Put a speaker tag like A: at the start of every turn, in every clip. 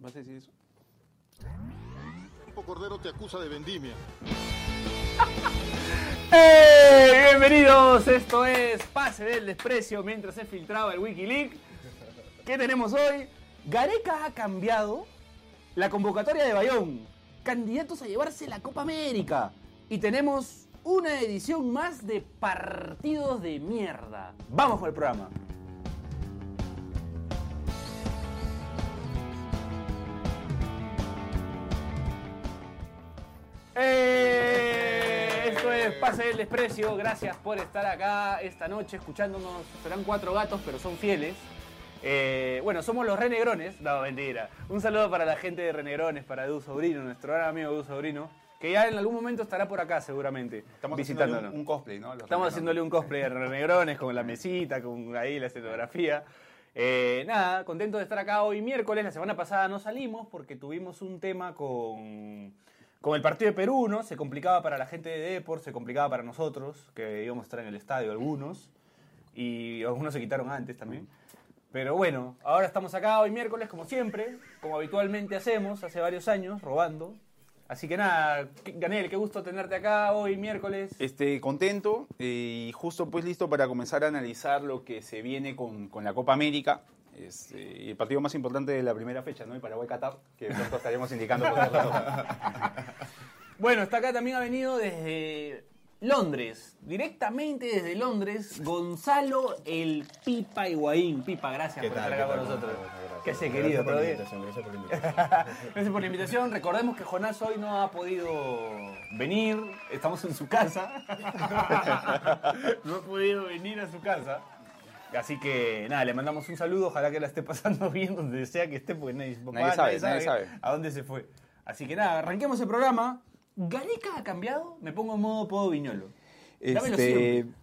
A: ¿Vas a decir eso?
B: Cordero te acusa de vendimia.
C: ¡Hey! ¡Eh! Bienvenidos, esto es Pase del Desprecio mientras se filtraba el Wikileaks. ¿Qué tenemos hoy? Gareca ha cambiado la convocatoria de Bayón. Candidatos a llevarse la Copa América. Y tenemos una edición más de partidos de mierda. Vamos con el programa. ¡Eh! Esto es Pase del Desprecio. Gracias por estar acá esta noche escuchándonos. Serán cuatro gatos, pero son fieles. Eh, bueno, somos los Renegrones. No, mentira. Un saludo para la gente de Renegrones, para Du Sobrino, nuestro gran amigo Du Sobrino, que ya en algún momento estará por acá seguramente,
D: Estamos
C: visitándonos.
D: haciéndole un, un cosplay, ¿no? Los
C: Estamos
D: hermanos.
C: haciéndole un cosplay de Renegrones con la mesita, con ahí la escenografía. Eh, nada, contento de estar acá hoy miércoles. La semana pasada no salimos porque tuvimos un tema con, con el partido de Perú, ¿no? Se complicaba para la gente de Deport, se complicaba para nosotros, que íbamos a estar en el estadio algunos. Y algunos se quitaron antes también. Pero bueno, ahora estamos acá hoy miércoles, como siempre, como habitualmente hacemos hace varios años, robando. Así que nada, Ganel, qué gusto tenerte acá hoy miércoles.
D: Este, contento eh, y justo pues listo para comenzar a analizar lo que se viene con, con la Copa América. Es, eh, el partido más importante de la primera fecha, ¿no? El Paraguay-Catar, que pronto estaremos indicando. por otro lado.
C: Bueno, está acá también ha venido desde Londres, directamente desde Londres, Gonzalo el Pipa Higuaín. Pipa, gracias
E: ¿Qué
C: por
E: tal?
C: estar acá
E: ¿Qué
C: con
E: tal?
C: nosotros.
E: Muchas gracias.
C: ¿Qué hace,
E: Gracias
C: querido?
E: por
C: ¿Todo
E: la
C: bien?
E: invitación, Gracias por la invitación.
C: Gracias por la invitación. Recordemos que Jonás hoy no ha podido venir. Estamos en su casa. no ha podido venir a su casa. Así que nada, le mandamos un saludo. Ojalá que la esté pasando bien donde sea que esté, porque nadie, papá,
D: Nadie sabe, nadie sabe.
C: a dónde se fue. Así que nada, arranquemos el programa. Gareca ha cambiado. Me pongo en modo podo viñolo. Dámelo
D: Este,
C: siempre.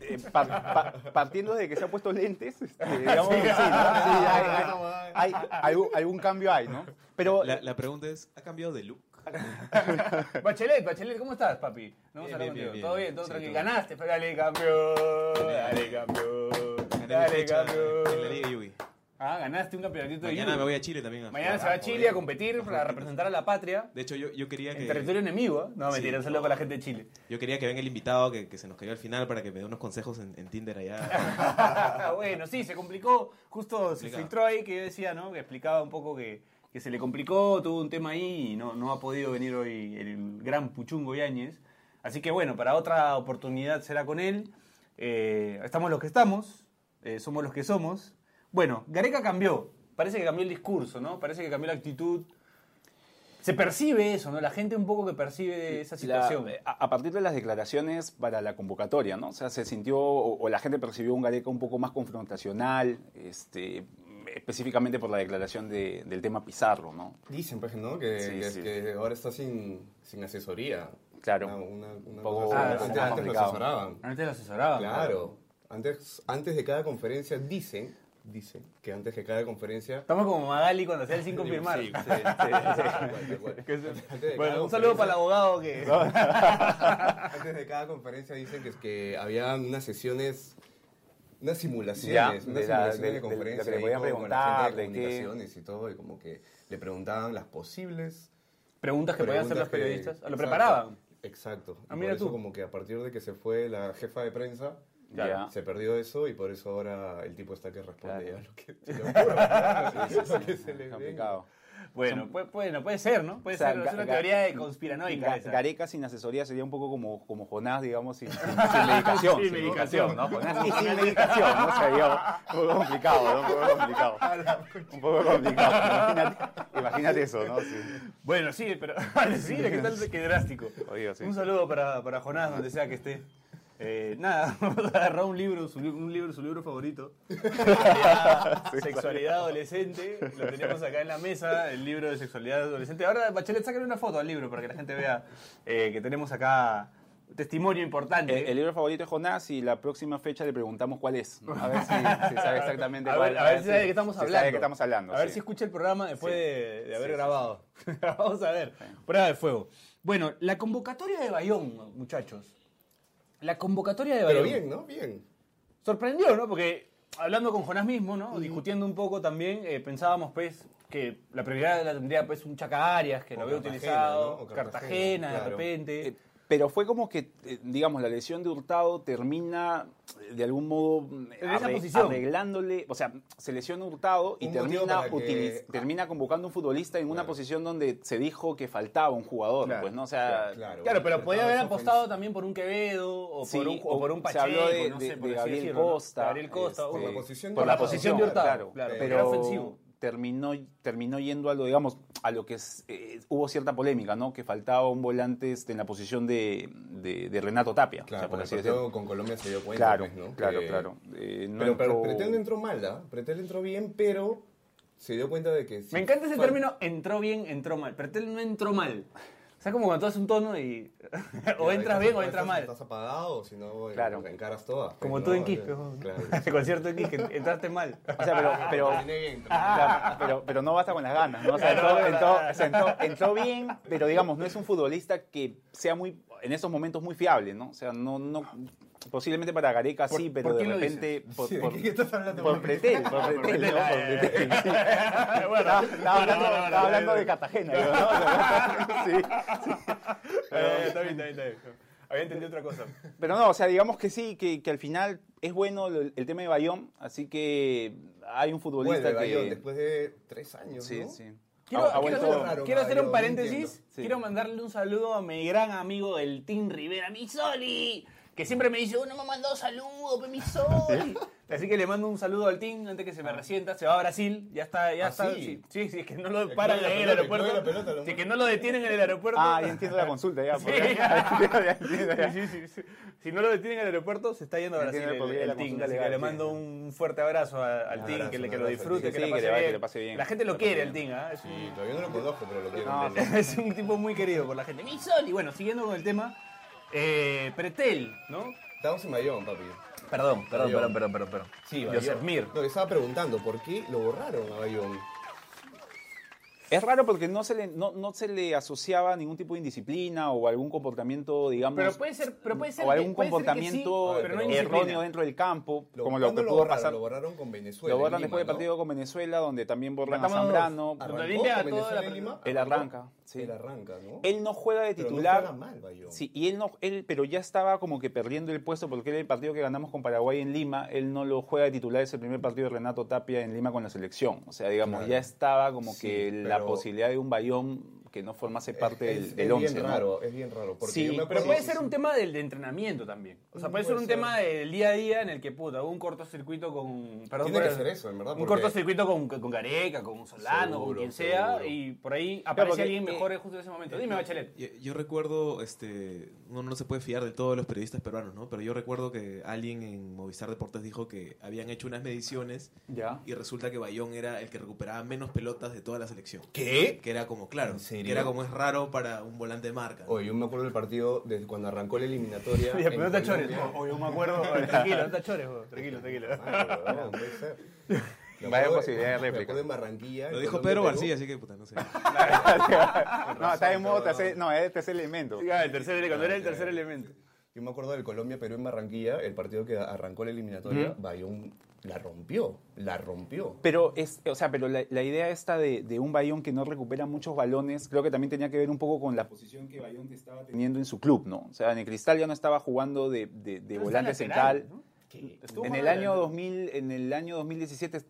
D: eh, par- pa- partiendo de que se ha puesto lentes, este, digamos, sí, ¿no? Sí, hay- hay- hay- algún, algún cambio hay, ¿no? Pero
E: La, la pregunta es, ¿ha cambiado de look?
C: Bachelet, Bachelet, ¿cómo estás, papi? No vamos a
E: Bien,
C: hablar
E: bien,
C: contigo.
E: bien,
C: Todo
E: bien.
C: bien, todo
E: Sí,
C: tranquilo.
E: todo bien.
C: Ganaste, pero dale campeón. Dale campeón. Dale
E: fecha
C: campeón.
E: en la eh, Liga Yui.
C: Ah, ganaste un campeonatito de
E: Mañana
C: Euro.
E: me voy a Chile Ah, también. a
C: Mañana se va
E: jugar.
C: a Chile a competir para representar a la patria
E: De hecho, yo, yo quería
C: en
E: que...
C: territorio enemigo. ¿eh? No,
E: Sí.
C: mentira, un saludo para la gente de Chile.
E: Yo quería que venga el invitado que, que se nos cayó al final para que me dé unos consejos en, en Tinder allá.
C: Ah, bueno, sí, se complicó. Justo se
E: Complicado.
C: filtró ahí que yo decía, ¿no? Que explicaba un poco que, que se le complicó, tuvo un tema ahí y no, no ha podido venir hoy el gran Puchungo Yáñez. Así que bueno, para otra oportunidad será con él. Eh, estamos los que estamos, eh, somos los que somos. Bueno, Gareca cambió. Parece que cambió el discurso, ¿no? Parece que cambió la actitud. Se percibe eso, ¿no? La gente un poco que percibe esa situación.
D: La- eh, ah, a, a partir de las declaraciones para la convocatoria, ¿no? O sea, se sintió, o, o la gente percibió un Gareca un poco más confrontacional, este, específicamente por la declaración de- del tema Pizarro, ¿no?
F: Dicen, pues, ¿no? Que,
D: Sí,
F: que-
D: sí.
F: que ahora está sin, sin asesoría.
D: Claro.
F: Una, una, una
D: Poco-
F: cosa-
C: Ah,
F: antes-
C: sí, más Ah,
F: antes lo
D: complicado.
F: asesoraban.
C: Antes lo asesoraban.
F: Claro. Antes, antes de cada conferencia dicen, dicen que antes de cada conferencia...
C: Estamos como Magali cuando hacía el sin confirmar.
F: Sí, sí, sí.
C: Que se-
F: Antes de
C: Bueno,
F: cada
C: un saludo
F: conferencia-
C: para el abogado que.
F: Antes de cada conferencia dicen que, es que había unas sesiones, unas
D: Ya,
F: simulaciones,
D: de
F: unas
D: la-
F: simulaciones
D: de- de-
F: de conferencia
D: de lo que le
F: ahí
D: podían
F: con- con la gente
D: preguntar,
F: de
D: de qué.
F: comunicaciones y todo, y como que le preguntaban las posibles
C: Preguntas que podían hacer los
F: preguntas que-
C: periodistas. Lo
F: Exacto,
C: preparaban.
F: Exacto. Y
C: Ah, mira
F: por eso
C: tú.
F: como que a partir de que se fue la jefa de prensa,
D: Claro.
F: se perdió eso y por eso ahora el tipo está que responde
D: Claro.
F: a lo que se le ocurra. lo que se le venga.
D: Complicado.
C: Bueno, puede, bueno, puede ser, ¿no? Puede
D: O sea,
C: ser. Es
D: Ga-
C: una
D: Ga-
C: teoría de
D: Ga-
C: conspiranoica. esa.
D: Gareca sin asesoría sería un poco como, como Jonás, digamos, sin, sin- sin medicación.
C: Sin medicación.
D: ¿no? Jonás sin, sin medicación, ¿no? Sería un poco complicado, ¿no? Un poco complicado. Un poco complicado. Imagínate, imagínate eso, ¿no? Sí.
C: Bueno, sí, pero. sí, ¿qué tal? Qué drástico.
D: Oiga, sí.
C: Un saludo para, para Jonás, donde sea que esté. Eh, nada, vamos a agarrar un libro, su, li- un libro, su libro favorito. sexualidad adolescente. Lo tenemos acá en la mesa, el libro de sexualidad adolescente. Ahora, Bachelet, sácale una foto al libro para que la gente vea eh, que tenemos acá testimonio importante.
D: Eh, El, el libro favorito es Jonás y la próxima fecha le preguntamos cuál es. ¿no? A ver si, si sabe exactamente
C: A
D: cuál
C: ver, a ver si sabe de qué estamos
D: si
C: hablando.
D: sabe de qué estamos hablando.
C: A ver
D: sí.
C: si escucha el programa después
D: Sí.
C: de, de haber
D: Sí, sí,
C: grabado. Vamos a ver. Prueba de fuego. Bueno, la convocatoria de Bayón, muchachos. La convocatoria de
F: Pero
C: Bayón.
F: bien, ¿no? Bien.
C: Sorprendió, ¿no? Porque hablando con Jonás mismo, ¿no? Discutiendo un poco también, eh, pensábamos, pues, que la prioridad la tendría, pues, un Chaca Arias, que
F: O
C: lo había
F: Cartagena,
C: utilizado,
F: ¿no? O
C: Cartagena,
F: Cartagena,
C: de
F: claro.
C: repente.
D: Eh, Pero fue como que, eh, digamos, la lesión de Hurtado termina eh, de algún modo mm,
C: En esa
D: arre-
C: posición.
D: arreglándole, o sea, se lesiona Hurtado y
F: Un motivo
D: termina,
F: para que-
D: utiliz- termina convocando un futbolista en una
F: Claro.
D: posición donde se dijo que faltaba un jugador,
C: Claro,
D: pues, ¿no? O sea,
F: claro.
C: Claro, pero
F: Hurtado
C: podía haber
F: es
C: apostado
F: ofensivo.
C: también por un Quevedo o,
D: Sí,
C: por, un, o por un
D: se
C: Pacheco,
D: habló de-
C: no
D: de-
C: sé,
D: de
C: por así
D: Gabriel
C: decirlo, ¿no?
D: Costa,
C: Gabriel Costa, uno.
D: este,
F: por la posición de
C: por la
F: Hurtado,
C: posición de Hurtado, claro,
F: claro,
C: que
D: pero
C: era ofensivo.
D: terminó, terminó yendo a lo, digamos, a lo que es, eh, hubo cierta polémica, ¿no? Que faltaba un volante este, en la posición de, de- de Renato Tapia.
F: Claro,
D: o sea, por
F: porque
D: así
F: el
D: decirlo.
F: partido con Colombia se dio cuenta.
D: Claro,
F: pues, ¿no?
D: claro,
F: Que-
D: claro. Eh, no
F: Pero, pero
D: entró-
F: Pretel entró mal, ¿ah? Pretel entró bien, pero se dio cuenta de que... sí,
C: Me encanta ese
F: fue-
C: término, entró bien, entró mal. Pertel no entró mal. O sea, como cuando tú haces un tono y. o
F: Claro,
C: entras
F: estás-
C: bien o
F: estás-
C: entras mal.
F: Estás apagado, o si no, eh,
D: Claro.
F: la encaras toda. pues,
C: Como
F: ¿no?
C: tú en Quispe,
F: Claro.
C: ¿no? el concierto en Quispe, entraste mal.
D: O sea, pero, pero,
F: Terminé bien,
D: claro, pero, pero no basta con las ganas, ¿no? O sea, entró, entró- o sea, entró- entró bien, pero digamos, no es un futbolista que sea muy, en estos momentos, muy fiable, ¿no? O sea, no, no posiblemente para Gareca
C: ¿Por-
D: sí, pero
C: por
D: de
C: quién lo
D: repente... Por,
F: Sí, ¿de
D: por-
F: qué estás hablando? Ah,
D: por Pretel, por Pretel, ¿no? Por Pretel, sí. Estaba- Estaba hablando- estaba hablando de Cartagena, yo, ¿no? O sea, sí, sí.
C: Eh, está bien, está bien, está bien. Había entendido otra cosa.
D: Pero no, o sea, digamos que sí, que, que al final es bueno lo- el, tema de Bayón, así que hay un
F: Vuelve,
D: futbolista que...
F: Bayón, después de tres años,
D: Sí,
F: ¿no?
D: sí.
C: Quiero,
D: Ha- ha
C: quiero
D: vuelto-
C: hacer,
F: raro,
C: quiero hacer
F: Mario,
C: un
F: no
C: paréntesis.
F: entiendo.
D: Sí.
C: Quiero mandarle un saludo a mi gran amigo del Team Rivera, mi Soli, que siempre me dice, uno me mandó saludo, pues, mi Soli. Así que le mando un saludo al team antes que se me
D: Ah.
C: resienta. Se va a Brasil, ya está, ya
F: ¿Ah,
C: está.
F: sí?
C: Sí, sí, es que no lo paran
F: clave la
C: ahí en el
F: pelota, clave la pelota,
C: aeropuerto.
F: lo
C: Si es que no lo detienen en el aeropuerto.
D: Ah, ya entiendo la consulta, ya.
C: Sí.
D: porque- ya entiendo, ya.
C: Sí, sí, sí. Si no lo detienen en el aeropuerto, se está yendo a Brasil
D: Entiendo
C: el,
D: el porqué de
C: el
D: la
C: team.
D: consulta
C: Así que
D: legal,
C: le
D: sí.
C: mando un fuerte abrazo a- al
F: Un
C: team,
F: abrazo,
C: que, le-
F: un
C: que lo
F: abrazo al
C: disfrute,
F: team.
C: que,
D: Sí,
C: le
D: que
C: pase
D: le va-
C: bien.
D: que le pase bien.
C: La gente lo
D: Que le
C: quiere,
D: pase
C: el team. ¿ah? Es, un-
F: Sí, todavía no lo conozco, pero lo quiero.
D: No,
F: entender.
C: es un tipo muy querido por la gente. Mi sol. Y bueno, siguiendo con el tema, eh, Pretel, ¿no?
F: Estamos en Bayón, papi.
C: Perdón, perdón, perdón,
F: Bayón.
C: perdón, perdón, perdón.
F: Sí,
C: Joseph Mir.
F: No, estaba preguntando, ¿por qué lo borraron a Bayón?
D: Es raro porque no se le, no, no se le asociaba ningún tipo de indisciplina o algún comportamiento, digamos.
C: Pero puede ser, pero puede ser
D: o algún
C: que- puede ser que
D: comportamiento
C: sí, pero no hay
D: erróneo
C: disciplina.
D: dentro del campo,
F: Lo-
D: como lo
F: ¿cuándo
D: que pudo
F: borraron?
D: pasar.
F: Lo
D: Lo
F: borraron con Venezuela.
D: borran
F: en Lima,
D: después del
F: ¿no?
D: partido con Venezuela, donde también borran a
C: Matamos dos.
D: Zambrano.
C: Ah,
F: Arrancó
C: Donde limpia
F: con
C: toda la
F: Venezuela en
C: pelota.
F: Lima.
D: Él arranca, sí.
F: Él arranca, ¿no?
D: Él no juega de
F: Pero no
D: titular.
F: juega mal, Bayón.
D: Sí, y él no, él, pero ya estaba como que perdiendo el puesto porque era el partido que ganamos con Paraguay en Lima, él no lo juega de titular, es el primer partido de Renato Tapia en Lima con la selección. O sea, digamos,
F: Claro.
D: ya estaba como
F: Sí,
D: que la
F: pero-
D: posibilidad de un bayón que no formase parte
F: Eh, Es-
D: del,
F: es
D: del once.
F: bien
D: ¿no?
F: raro, es bien raro. Porque
D: Sí,
F: yo me
D: pero
C: Pero
F: acuerdo-
C: puede
F: sí,
C: ser
F: sí,
C: un tema del de entrenamiento también. O sea,
F: Mm,
C: puede ser
F: puede
C: un
F: ser.
C: tema del día a día en el que, puta, hubo un cortocircuito con... Perdón
F: Tiene
C: por
F: que
C: el-
F: ser eso, en verdad.
C: Un
F: porque-
C: cortocircuito con, con Gareca, con Solano, con
F: Seguro,
C: quien sea,
F: seguro.
C: y por ahí aparece
D: porque-
C: alguien mejor eh, justo en ese momento. Dime, Bachelet.
E: Yo, yo recuerdo, este, uno no se puede fiar de todos los periodistas peruanos, ¿no? Pero yo recuerdo que alguien en Movistar Deportes dijo que habían hecho unas mediciones
D: Ya.
E: y resulta que Bayón era el que recuperaba menos pelotas de toda la selección.
F: ¿Qué?
E: Que era como, claro,
F: ¿En serio?
E: que era como es raro para un volante de marca. ¿no?
F: Oye, yo me acuerdo del partido desde cuando arrancó la eliminatoria.
C: Oye,
F: en
C: pero no te chores.
F: Colombia.
C: Oye, me acuerdo. Tranquilo, no te chores, bro. tranquilo, tranquilo.
F: Claro, weón, puede ser. Me
D: Vaya
F: acuerdo-
D: posibilidad de
F: me acuerdo
D: réplica.
F: en Barranquilla.
E: Lo
F: en
E: dijo
F: Colombia,
E: Pedro
F: Perú.
E: García, así que puta, no sé.
D: Ah, no, está de
F: razón,
D: modo
F: pero-
D: tercer, no, es tercer elemento.
C: Ah, el tercer, cuando era el tercer elemento.
F: Yo me acuerdo del Colombia-Perú en Barranquilla, el partido que arrancó la eliminatoria, Bayón la rompió, la rompió.
D: Pero, es, o sea, pero la, la idea esta de, de un Bayón que no recupera muchos balones, creo que también tenía que ver un poco con la posición que Bayón estaba teniendo en su club, ¿no? O sea, en el Cristal ya no estaba jugando de, de- de
C: Entonces,
D: volante
C: está
D: central.
C: lateral, ¿no?
F: ¿Qué?
D: En el, año 2000, en el año 2017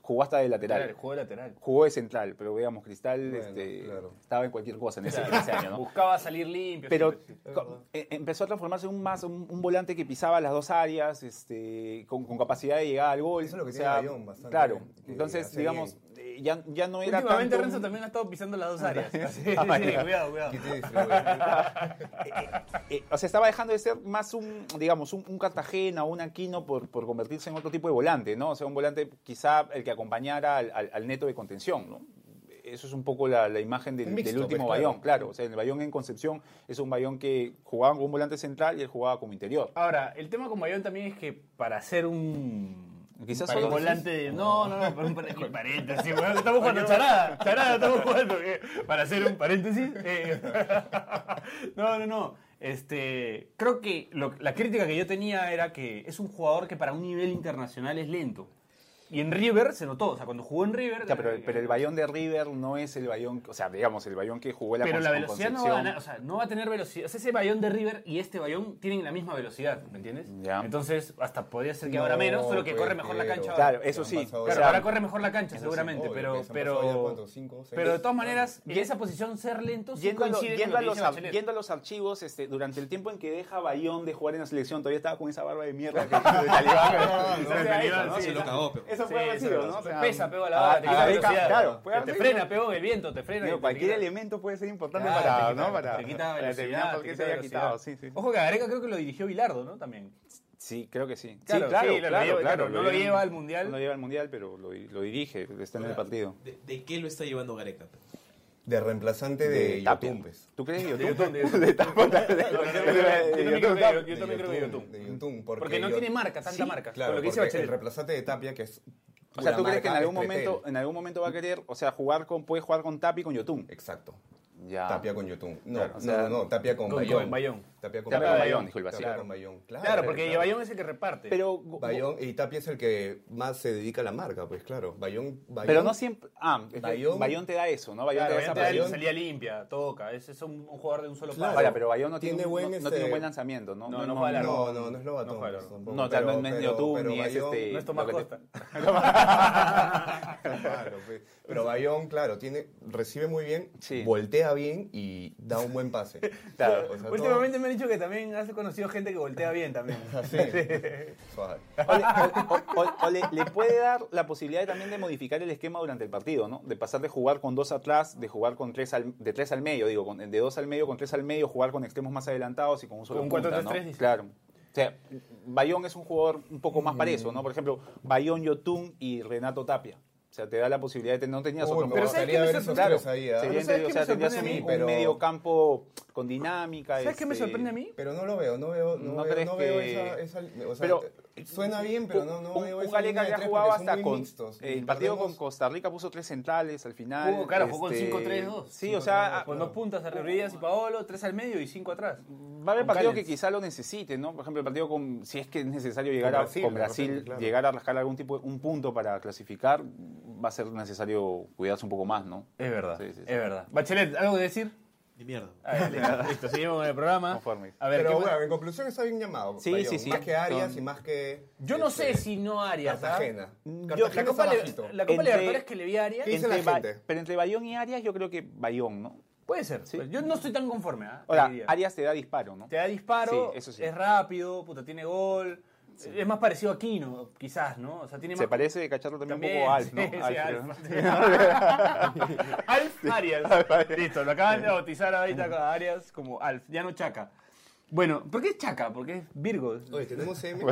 D: jugó hasta de
C: Lateral,
D: lateral.
C: juego de lateral.
D: Jugó de central, pero digamos, Cristal
F: Bueno,
D: este,
F: claro.
D: estaba en cualquier cosa en ese, en ese año, ¿no?
C: Buscaba salir limpio.
D: Pero
C: siempre, sí.
D: co- eh, empezó a transformarse en un más un, un volante que pisaba las dos áreas, este, con, con capacidad de llegar al gol.
F: Eso es lo que
D: o
F: tiene
D: sea,
F: Bayón, bastante
D: Claro.
F: bien, que
D: Entonces,
F: hace
D: digamos, eh, ya, ya no era
C: Últimamente
D: tanto Ah, un-
C: Renzo también ha estado pisando las dos áreas. Sí, sí, sí,
D: vale.
C: cuidado, cuidado.
F: ¿Qué te distribuye?
D: eh, o sea, estaba dejando de ser más un, digamos, un, un Cartagena o un Aquino por, por convertirse en otro tipo de volante, ¿no? O sea, un volante quizá el que acompañara al, al- al neto de contención, ¿no? Eso es un poco la, la imagen del,
F: Un mixto,
D: del último
F: pues, claro.
D: Bayón, claro. O sea, el Bayón en Concepción es un Bayón que jugaba como un volante central y él jugaba como interior.
C: Ahora, el tema con Bayón también es que para ser un.
D: Quizás
C: para
D: solo-
C: un volante de. No, no, no, para un par- paréntesis, weón, Estamos jugando charada. Charada, estamos jugando. eh, Para hacer un paréntesis. eh, No, no, no. Este, creo que lo- la crítica que yo tenía era que es un jugador que para un nivel internacional es lento. Y en River se notó, o sea, cuando jugó en River...
D: Ya, pero, pero el bayón de River no es el bayón, o sea, digamos, el bayón que jugó la
C: Pero
D: Con-
C: la
D: con
C: velocidad no va, a,
D: Concepción.
C: ganar, o sea, no va a tener velocidad. O sea, ese bayón de River y este bayón tienen la misma velocidad, ¿me entiendes?
D: Ya.
C: Entonces, hasta podría ser que
F: No,
C: ahora menos, solo que
F: pues,
C: corre mejor la
F: pero-
C: cancha ahora.
D: Claro, eso
F: Se han
D: sí. claro,
F: pasado
C: Claro,
F: sea,
C: ahora corre mejor la cancha
F: eso sí,
C: seguramente,
F: obvio,
C: pero,
F: pues, han
C: pero,
F: pasado ya, ¿cuánto? Cinco, seis
C: pero de todas
F: años.
C: maneras, en esa posición ser lento sí
D: Yendo, a lo-
C: coincide
D: yendo a
C: con lo
D: los,
C: que
D: ar-
C: dice Bachelet.
D: yendo a los archivos, este, durante el tiempo en que deja Bayón de jugar en la selección, todavía estaba con esa barba de mierda que de talibán.
F: no,
D: O sea,
F: no,
D: eso, ¿no?
E: Se lo cagó, pero.
D: Eso
C: Ah, Sí,
D: fue haber
C: eso
D: sido,
C: es
D: ¿no? O sea,
C: Pesa, peo a la
D: a-
C: barra, te quita
D: a-
C: velocidad.
D: Claro, puede
C: te
D: haber sido-
C: frena, peo, el viento, te frena. y
D: Digo,
C: te
D: cualquier
C: quita-
D: elemento puede ser importante
C: Claro,
D: para,
C: te quita-
D: ¿no? Para,
C: te quita
D: para
C: velocidad,
D: determinar por
C: te
D: qué se
C: quita
D: había
C: velocidad.
D: quitado. Sí, sí.
C: Ojo que a Gareca creo que lo dirigió Bilardo, ¿no? También.
D: Sí, creo que sí.
C: Claro,
D: sí, claro,
C: sí, lo
D: claro,
C: lleva-
D: claro,
C: claro, no lo
D: llevan-
C: lleva al Mundial.
D: No lo lleva al mundial, pero lo, lo dirige, está en el partido.
E: ¿De, de qué lo está llevando Gareca?
F: De reemplazante de, Yotumbes.
D: ¿Tú crees
C: De
D: Yotumbes?
C: Yotun, de Yotun.
D: De Tapón, de- de-
C: Yo también
D: de-
C: creo-
D: de-
C: yo
D: de-
C: también creo
D: Yotun.
C: que- yo también creo que
F: de
C: Yotun.
F: De Yotun, porque,
C: Porque no
F: Yot-
C: tiene marca, tanta marca.
F: Claro,
C: Con lo que dice
F: porque el
C: Bachelet.
F: reemplazante de Tapia, que es.
D: O sea,
F: pura
D: ¿tú crees que en
F: marca,
D: algún
F: es Pretel.
D: momento, en algún momento va a querer, o sea, jugar con, puede jugar con Tapi y con Yotun?
F: Exacto.
D: Eh, Ya.
F: Tapia con Yotun. No,
D: Ah. Claro, o sea,
F: no, no, Tapia con,
C: con-
F: Bayón.
C: con Bayón.
F: Tapia con
D: Tapia
F: Bayón.
D: con Bayón, dijo el
F: Tapia
D: vacío.
F: con Bayón, claro.
C: Claro, porque
F: claro.
C: Bayón es el que reparte.
D: Pero, go-
F: Bayón, y Tapia es el que más se dedica a la marca, pues claro. Bayón, Bayón
D: pero no siempre. Ah, es que Bayón,
F: Bayón-
D: te da eso, ¿no? Bayón
C: Claro,
D: te da
C: Bayón
D: esa
C: te da
F: Bayón-
C: salida limpia, toca. Es, es un, un jugador de un solo
F: Claro.
C: palo.
D: Ahora, pero Bayón no tiene,
F: Tiene
D: un-
F: buen,
D: no, no
F: este-
D: tiene un buen lanzamiento, ¿no?
C: No, no juega largo.
F: No, no, no es Lobatón.
C: No juega Lobatón.
F: tampoco,
D: No, tal vez
F: pero-
D: no es
F: pero-
D: Yotun
F: pero
D: ni es
F: Bayón-
D: este.
C: no es Tomás
D: lo que te-
C: Costa.
F: Claro, pues. Pero Bayón, claro, tiene, recibe muy bien,
D: Sí.
F: voltea bien y da un buen pase.
D: Claro.
F: O sea, todo-
C: Últimamente me han dicho que también has conocido gente que voltea bien también.
F: Sí. Suave.
D: O, le, o- o- o le- le puede dar la posibilidad de también de modificar el esquema durante el partido, ¿no? De pasar de jugar con dos atrás, de jugar con tres al, de tres al medio, digo, con- de dos al medio con tres al medio, jugar con extremos más adelantados y con un solo
C: Con un
D: punta,
C: 4-3-3,
D: ¿no?
C: dice.
D: Claro. O sea, Bayón es un jugador un poco más para eso, ¿no? Por ejemplo, Bayón, Yotun y Renato Tapia. O sea, te da la posibilidad de tener, no tenías
F: Uy,
D: otro
F: me
C: Pero
D: jugador.
C: ¿sabes
F: gustaría
C: qué me
F: ver esos
C: sorprende?
F: tres ahí, ¿ah?
D: Sería
C: ¿eh? Pero ¿sabes
D: entendido,
C: qué
D: o sea,
C: me
D: tenías un,
C: sorprende a mí?
D: un
F: Pero-
D: medio campo con dinámica.
C: ¿Sabes qué me
D: este,
C: sorprende a mí?
F: Pero no lo veo, no veo, no,
D: ¿No
F: veo,
D: crees
F: no veo
D: que-
F: esa, esa- o sea,
D: Pero-
F: suena bien, pero no, no
D: un,
F: veo
D: un
F: esa
D: Gareca
F: línea de
D: que ha
F: tres
D: jugado
F: porque son
D: hasta
F: muy
D: con
F: mixtos.
D: el partido con
F: Perdemos-
D: Costa Rica puso tres centrales al final. este,
C: Jugó, claro, jugó con 5-3-2.
D: Sí, o sea, ah,
C: Con
D: a-
C: este, dos puntas, Arrebrillas y Paolo, tres al medio y cinco atrás.
D: va a haber
C: con
D: partidos que
C: Callens.
D: quizá lo necesiten, ¿no? Por ejemplo, el partido con si es que es necesario llegar
F: Con
D: a
F: Brasil,
D: con
F: de
D: Brasil,
F: repente, claro.
D: llegar a rascar algún tipo de- un punto para clasificar, va a ser necesario cuidarse un poco más, ¿no?
C: Es verdad,
D: Sí, sí, sí.
C: es verdad. Bachelet, ¿algo que decir?
E: Ni mierda.
C: A ver, listo, listo, seguimos con el programa.
D: Conforme.
C: A ver,
F: pero
C: ¿qué más?
F: bueno, en conclusión está bien llamado.
D: Sí, sí, sí.
F: Más que Arias
D: Son-
F: y más que.
C: Yo no
F: este,
C: sé si no Arias. ¿ah?
F: Cartagena.
C: Yo- la
F: Cartagena
C: Copa,
F: está
C: Le-
F: bajito.
C: la Copa
D: Entre-
C: Libertadores que le vi a Arias.
F: ¿Qué dice la
D: Entre Ba-
F: gente?
D: Pero entre Bayón y Arias, yo creo que Bayón, ¿no?
C: Puede ser. Pues Yo no estoy tan conforme. ¿ah?
D: Ahora,
C: Te diría.
D: Arias te da disparo, ¿no?
C: Te da disparo,
D: Sí, eso sí.
C: es rápido, puta, tiene gol. Es más parecido a Kino, quizás, ¿no? O sea, tiene
D: Se
C: más.
D: parece de cacharro también,
C: También,
D: un poco a Alf,
C: sí,
D: ¿no?
C: sí,
D: Alf, creo, ¿no?
C: Alf. Alf Arias. Listo, lo acaban de bautizar ahorita a Arias como Alf, ya no Chaca. Bueno, ¿por qué es Chaca? Porque es Virgo.
F: Oye, tenemos CM.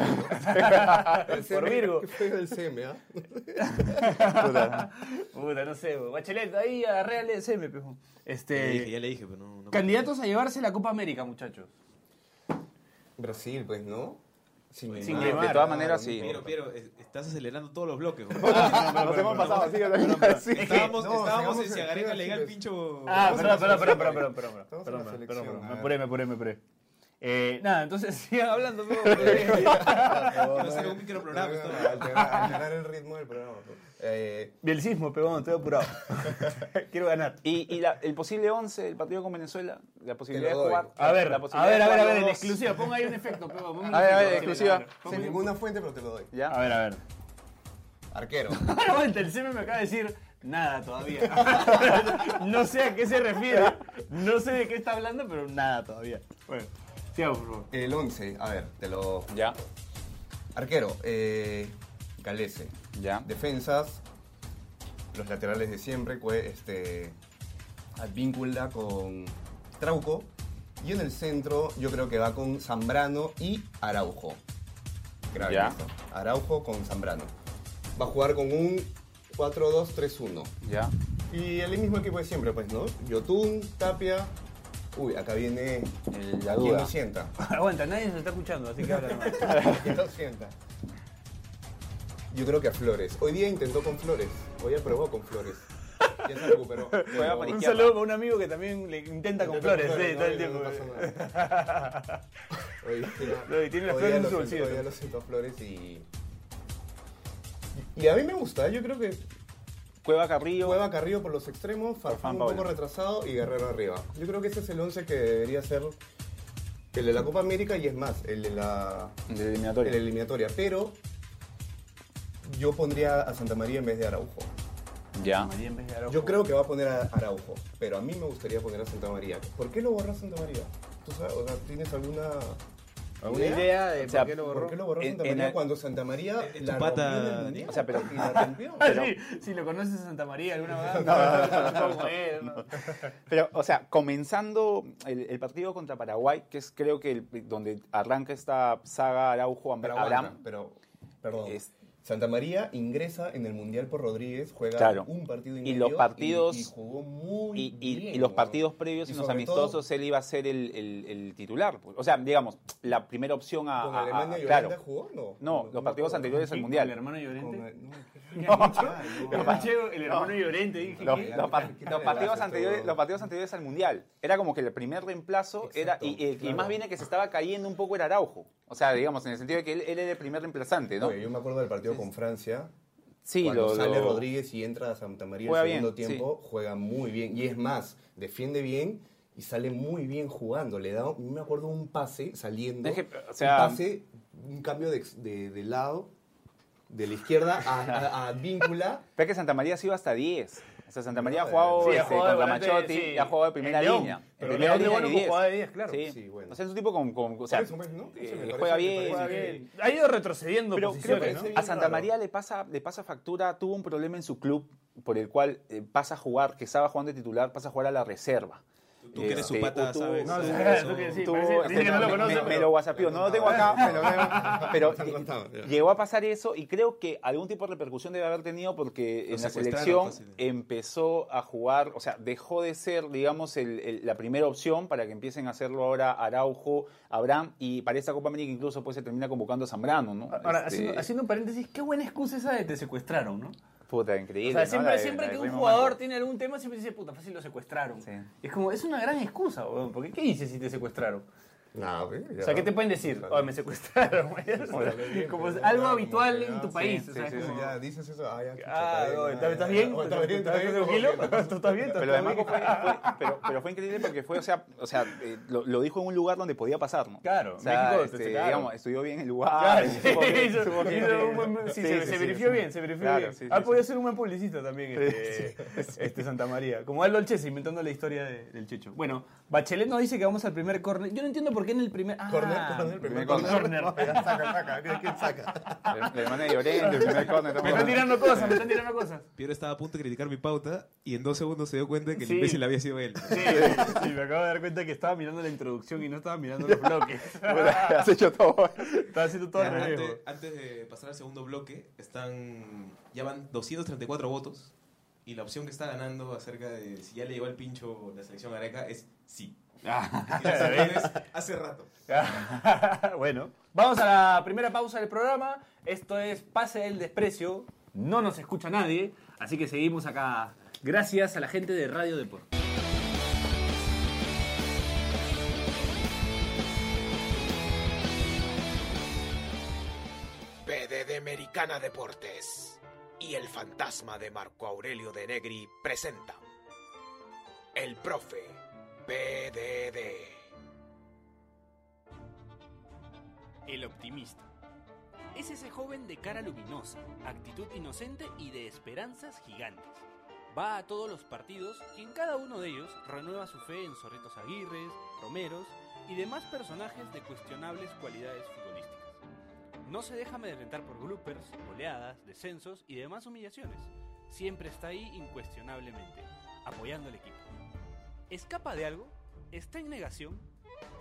F: El CM,
C: Por Virgo.
F: ¿Qué fue el CM, ah?
C: Puta, no sé, bo. Bachelet, ahí agarré al SM, pejo.
E: Ya le dije,
C: Este.
E: ya le dije, pero no. no-
C: Candidatos a llevarse la Copa América, muchachos.
F: Brasil, pues, ¿no? Sin
C: Sin
D: Ah,
C: Neymar,
D: de todas maneras, sí.
E: Pero, pero, eh, estás acelerando todos los bloques. güey.
D: Nos hemos pasado así. sí.
E: estábamos
F: no,
E: estábamos
F: sigamos
E: en si
F: en-
E: a Gareca le
F: siga, siga.
E: llega el pincho.
C: Ah,
F: Estamos
C: perdón,
F: en la
C: perdón, perdón,
F: selección,
C: perdón, perdón, perdón.
F: Estamos en
C: Perdón,
F: la
C: perdón,
F: selección,
C: perdón.
F: a
C: Me
F: ver.
C: apuré, me apuré, me apuré. Eh, nada, entonces sigan hablando. pejo.
E: Va a ser un microprograma esto.
F: Alterar alterar el ritmo del programa. pues. Eh,
C: Del sismo, pegón, estoy apurado. Quiero ganar.
D: Y, y la- el posible 11 del partido con Venezuela, la posibilidad de
F: Te lo doy.
D: jugar.
C: A ver,
D: la
C: a
D: posibilidad
C: ver,
D: de
C: a ver, a
D: jugar
C: ver, en
D: los-
C: exclusiva. Ponga ahí un efecto, pegón. ponga un
D: A ver, a ver,
C: efecto,
D: exclusiva.
C: Bachelet, a ver.
F: Sin ninguna fuente, pero te lo doy.
D: Ya.
C: A ver, a ver.
F: Arquero.
C: Ahora aguanta, el CM me acaba de decir nada todavía. no sé a qué se refiere, no sé de qué está hablando, pero nada todavía. Bueno, sigamos, por favor.
F: El 11, a ver, te lo.
D: Ya,
F: Arquero, eh, Galese.
D: ya.
F: Defensas, los laterales de siempre, cue- este, Advíncula con Trauco. Y en el centro yo creo que va con Zambrano y Araujo. Grave
D: Ya.
F: eso. Araujo con Zambrano. Va a jugar con un 4-2-3-1.
D: Ya.
F: Y el mismo equipo de siempre, pues, ¿no? Yotun, Tapia. Uy, acá viene
D: El- la
F: quien
D: duda.
F: lo sienta.
C: Aguanta, nadie nos está escuchando, así que habla nomás.
F: ¿Qué lo sienta? Yo creo que a Flores. Hoy día intentó con Flores. Hoy aprobó con Flores. Ya se recuperó.
D: Juega para
G: Un
D: izquierda.
G: saludo para un amigo que también le intenta con
F: Intenta
G: flores,
F: no,
G: sí, todo el
F: no,
G: tiempo.
F: no pasa nada. Oye,
G: No, y tiene las
F: hoy
G: flores
F: día lo
G: en su
F: sentó,
G: bolsillo.
F: hoy día lo sentó flores y... Y a mí me gusta, yo creo que
D: Cueva Carrillo.
F: Cueva Carrillo por los extremos, Farfán
D: Farfán
F: un poco
D: Paula.
F: retrasado y Guerrero arriba. Yo creo que ese es el 11 que debería ser el de la Copa América y es más, el de la,
D: De eliminatoria.
F: el de la eliminatoria. Pero yo pondría a Santa María en vez de Araujo.
D: Ya.
F: Yo creo que va a poner a Araujo, pero a mí me gustaría poner a Santa María. ¿Por qué lo borró Santa María? ¿Tú sabes? O sea, ¿tienes alguna,
G: ¿Alguna idea de
D: O sea,
G: por qué lo borró?
F: ¿Por qué lo borró
D: En-
F: Santa
D: en
F: María
D: el-
F: cuando Santa María
E: en
F: la
E: tu pata,
F: rompió en el mundial?
D: O sea, pero-
F: Y la rompió.
G: Ah, sí, si lo conoces en Santa María alguna vez. No, no, no, no.
D: Pero, o sea, comenzando el, el partido contra Paraguay, que es creo que el- donde arranca esta saga Araujo
F: Pero aguanta,
D: Abraham.
F: pero, perdón.
D: Es-
F: Santa María ingresa en el Mundial por Rodríguez, juega
D: Claro.
F: un partido y,
D: Y
F: medio
D: los partidos-
F: y, y jugó muy
D: Y, y-
F: bien,
D: y los
F: weón.
D: partidos previos
F: Y
D: en los
F: sobre todo
D: amistosos él iba a ser el, el- el titular. pues. O sea, digamos, la primera opción a.
F: con
D: a- a-
F: Alemania y Holanda
D: claro.
F: jugó, ¿no?
D: No, los partidos
F: me acuerdo.
D: anteriores al
G: ¿Y
D: mundial.
G: ¿El hermano
F: Con-
G: Llorente?
F: no, qué-
G: ¿Me han dicho?
F: no,
G: El
F: ya.
G: Pacheco, el hermano Llorente, dije.
D: Los,
G: ¿qué?
D: los par-
F: qué
D: los partidos
F: relajo,
D: anteriores,
F: todo.
D: los partidos anteriores al mundial. Era como que el primer reemplazo era.
F: Exacto,
D: Y, y- y
F: claro.
D: más bien el que se estaba cayendo un poco era Araujo. O sea, digamos, en el sentido de que él, él era el primer reemplazante, ¿no?
F: Oye, yo me acuerdo del partido con Francia.
D: sí,
F: cuando
D: lo-
F: sale
D: lo-
F: Rodríguez y entra a Santa María
D: Juega
F: el segundo
D: bien,
F: tiempo, juega muy bien. Y es más, defiende bien y sale muy bien jugando. Le da, me acuerdo, un pase saliendo.
D: Es que, o sea-
F: un pase, un cambio de, de- de lado, de la izquierda a, a- a Víncula.
D: Pero es que Santa María se iba hasta 10. O sea, Santa María ha
F: Sí,
D: jugado
G: ha
D: este,
G: jugado de
D: contra
G: volante,
D: Machotti
G: sí.
D: y ha jugado de primera
G: En León.
D: línea.
G: Pero
D: de
G: León de
D: primera
G: bueno
D: y
G: que jugaba de 10, claro.
D: Sí.
F: Sí, bueno.
D: O sea, es un tipo con. con- o sea,
F: Por eso, pues, ¿no? Eso me
D: eh,
F: parece,
D: juega
F: me
D: bien.
F: parece
G: Juega
F: bien.
G: bien. Ha ido retrocediendo
D: Pero creo
G: posiciones,
D: que
G: ¿no?
F: Sí,
D: a Santa
F: claro.
D: María le pasa, le pasa factura, tuvo un problema en su club por el cual eh, pasa a jugar, que estaba jugando de titular, pasa a jugar a la reserva.
E: Tú que eres su
D: Este,
E: pata,
D: o tú-
E: ¿sabes?
D: no,
E: Tú-
D: sí,
E: tú-
G: tú que sí.
D: Tuvo-
G: parece- dice
D: este,
G: que no lo
D: me-
G: conoce,
D: me-
G: pero-
D: me lo whatsappió, no lo tengo acá, pero,
F: Está
D: pero
F: contado, ya.
D: llegó a pasar eso y creo que algún tipo de repercusión debe haber tenido porque
E: Lo
D: en la
E: secuestraron
D: selección
E: fácil.
D: empezó a jugar, o sea, dejó de ser, digamos, el- el- la primera opción para que empiecen a hacerlo ahora Araujo, Abraham y para esta Copa América incluso pues se termina convocando a Zambrano, ¿no?
G: Ahora,
D: Este,
G: haciendo, haciendo un paréntesis, qué buena excusa esa de te secuestraron, ¿no?
D: Puta,
G: O
D: increíble.
G: sea,
D: ¿no? La
G: siempre,
D: de-
G: siempre
D: la de
G: que un
D: Raymond
G: jugador
D: Manco.
G: tiene algún tema, siempre dice, puta, fácil lo secuestraron.
D: Sí.
G: Y es como, es una gran excusa, weón, porque ¿qué dices si te secuestraron?
F: No, pues, ya.
G: O sea, ¿qué te pueden decir?
F: Claro.
G: Oh, me secuestraron. como
F: Pero
G: algo
F: ya,
G: habitual
F: como que
G: en
F: ya,
G: tu
F: sí,
G: país.
D: sí,
G: o sea, es
D: sí, sí,
G: como-
F: Ya, dices eso. Ah, ya,
G: Ah,
F: chucha,
G: no,
F: está bien,
G: ¿estás
F: ya,
G: bien?
F: ya. Oh, ¿Estás bien? ¿Estás bien?
G: tranquilo? ¿Tú estás bien?
D: Pero lo de Manco fue, fue- pero, pero fue increíble porque fue, o sea, o sea eh, lo, lo dijo en un lugar donde podía pasar, ¿no?
G: Claro,
D: O sea,
G: México,
D: este,
G: te sacaron.
D: digamos, estudió bien el lugar.
G: Claro, sí,
D: supo bien-
G: hizo-
D: supo bien.
G: hizo un buen- sí,
D: Sí,
G: se,
D: sí,
G: se
D: sí,
G: verificó
D: sí.
G: bien, se verificó
D: Claro,
G: bien.
D: sí, sí,
G: ah,
D: sí.
G: podía ser un buen publicista también este, este Santa María. Como Aldo Olchesi inventando la historia de- del Checho. Bueno, Bachelet nos dice que vamos al primer córner. Yo no entiendo por qué en el primer... Ah,
F: Corner, corner, primer
D: primer
F: corner.
G: córner.
F: No, ya, Saca, saca. ¿Quién- ¿Quién saca?
D: La- La hermana de Llorente, el primer córner. estamos
G: Me están
D: hablando.
G: tirando cosas, me están tirando cosas.
E: Piero estaba a punto de criticar mi pauta y en dos segundos se dio cuenta que
G: Sí.
E: el imbécil había sido él.
G: Sí, sí, me acabo de dar cuenta que estaba mirando la introducción y no estaba mirando los bloques.
D: Has hecho todo.
G: estaba haciendo todo
E: Ya,
G: al revés.
E: antes,
G: weón.
E: antes de pasar al segundo bloque, están ya van 234 votos y la opción que está ganando acerca de si ya le llegó el pincho la selección areca es sí. Y la selección es hace rato.
G: bueno, vamos a la primera pausa del programa. Esto es Pase del Desprecio. No nos escucha nadie, así que seguimos acá. Gracias a la gente de Radio Deporte.
H: PD de Americana Deportes y el fantasma de Marco Aurelio de Negri presenta El profe PDD.
C: El optimista. Es ese joven de cara luminosa, actitud inocente y de esperanzas gigantes. Va a todos los partidos y en cada uno de ellos renueva su fe en Zorritos Aguirres, Romeros y demás personajes de cuestionables cualidades futbolísticas. No se deja amedrentar por bloopers, goleadas, descensos y demás humillaciones. Siempre está ahí incuestionablemente, apoyando al equipo. ¿Escapa de algo? ¿Está en negación?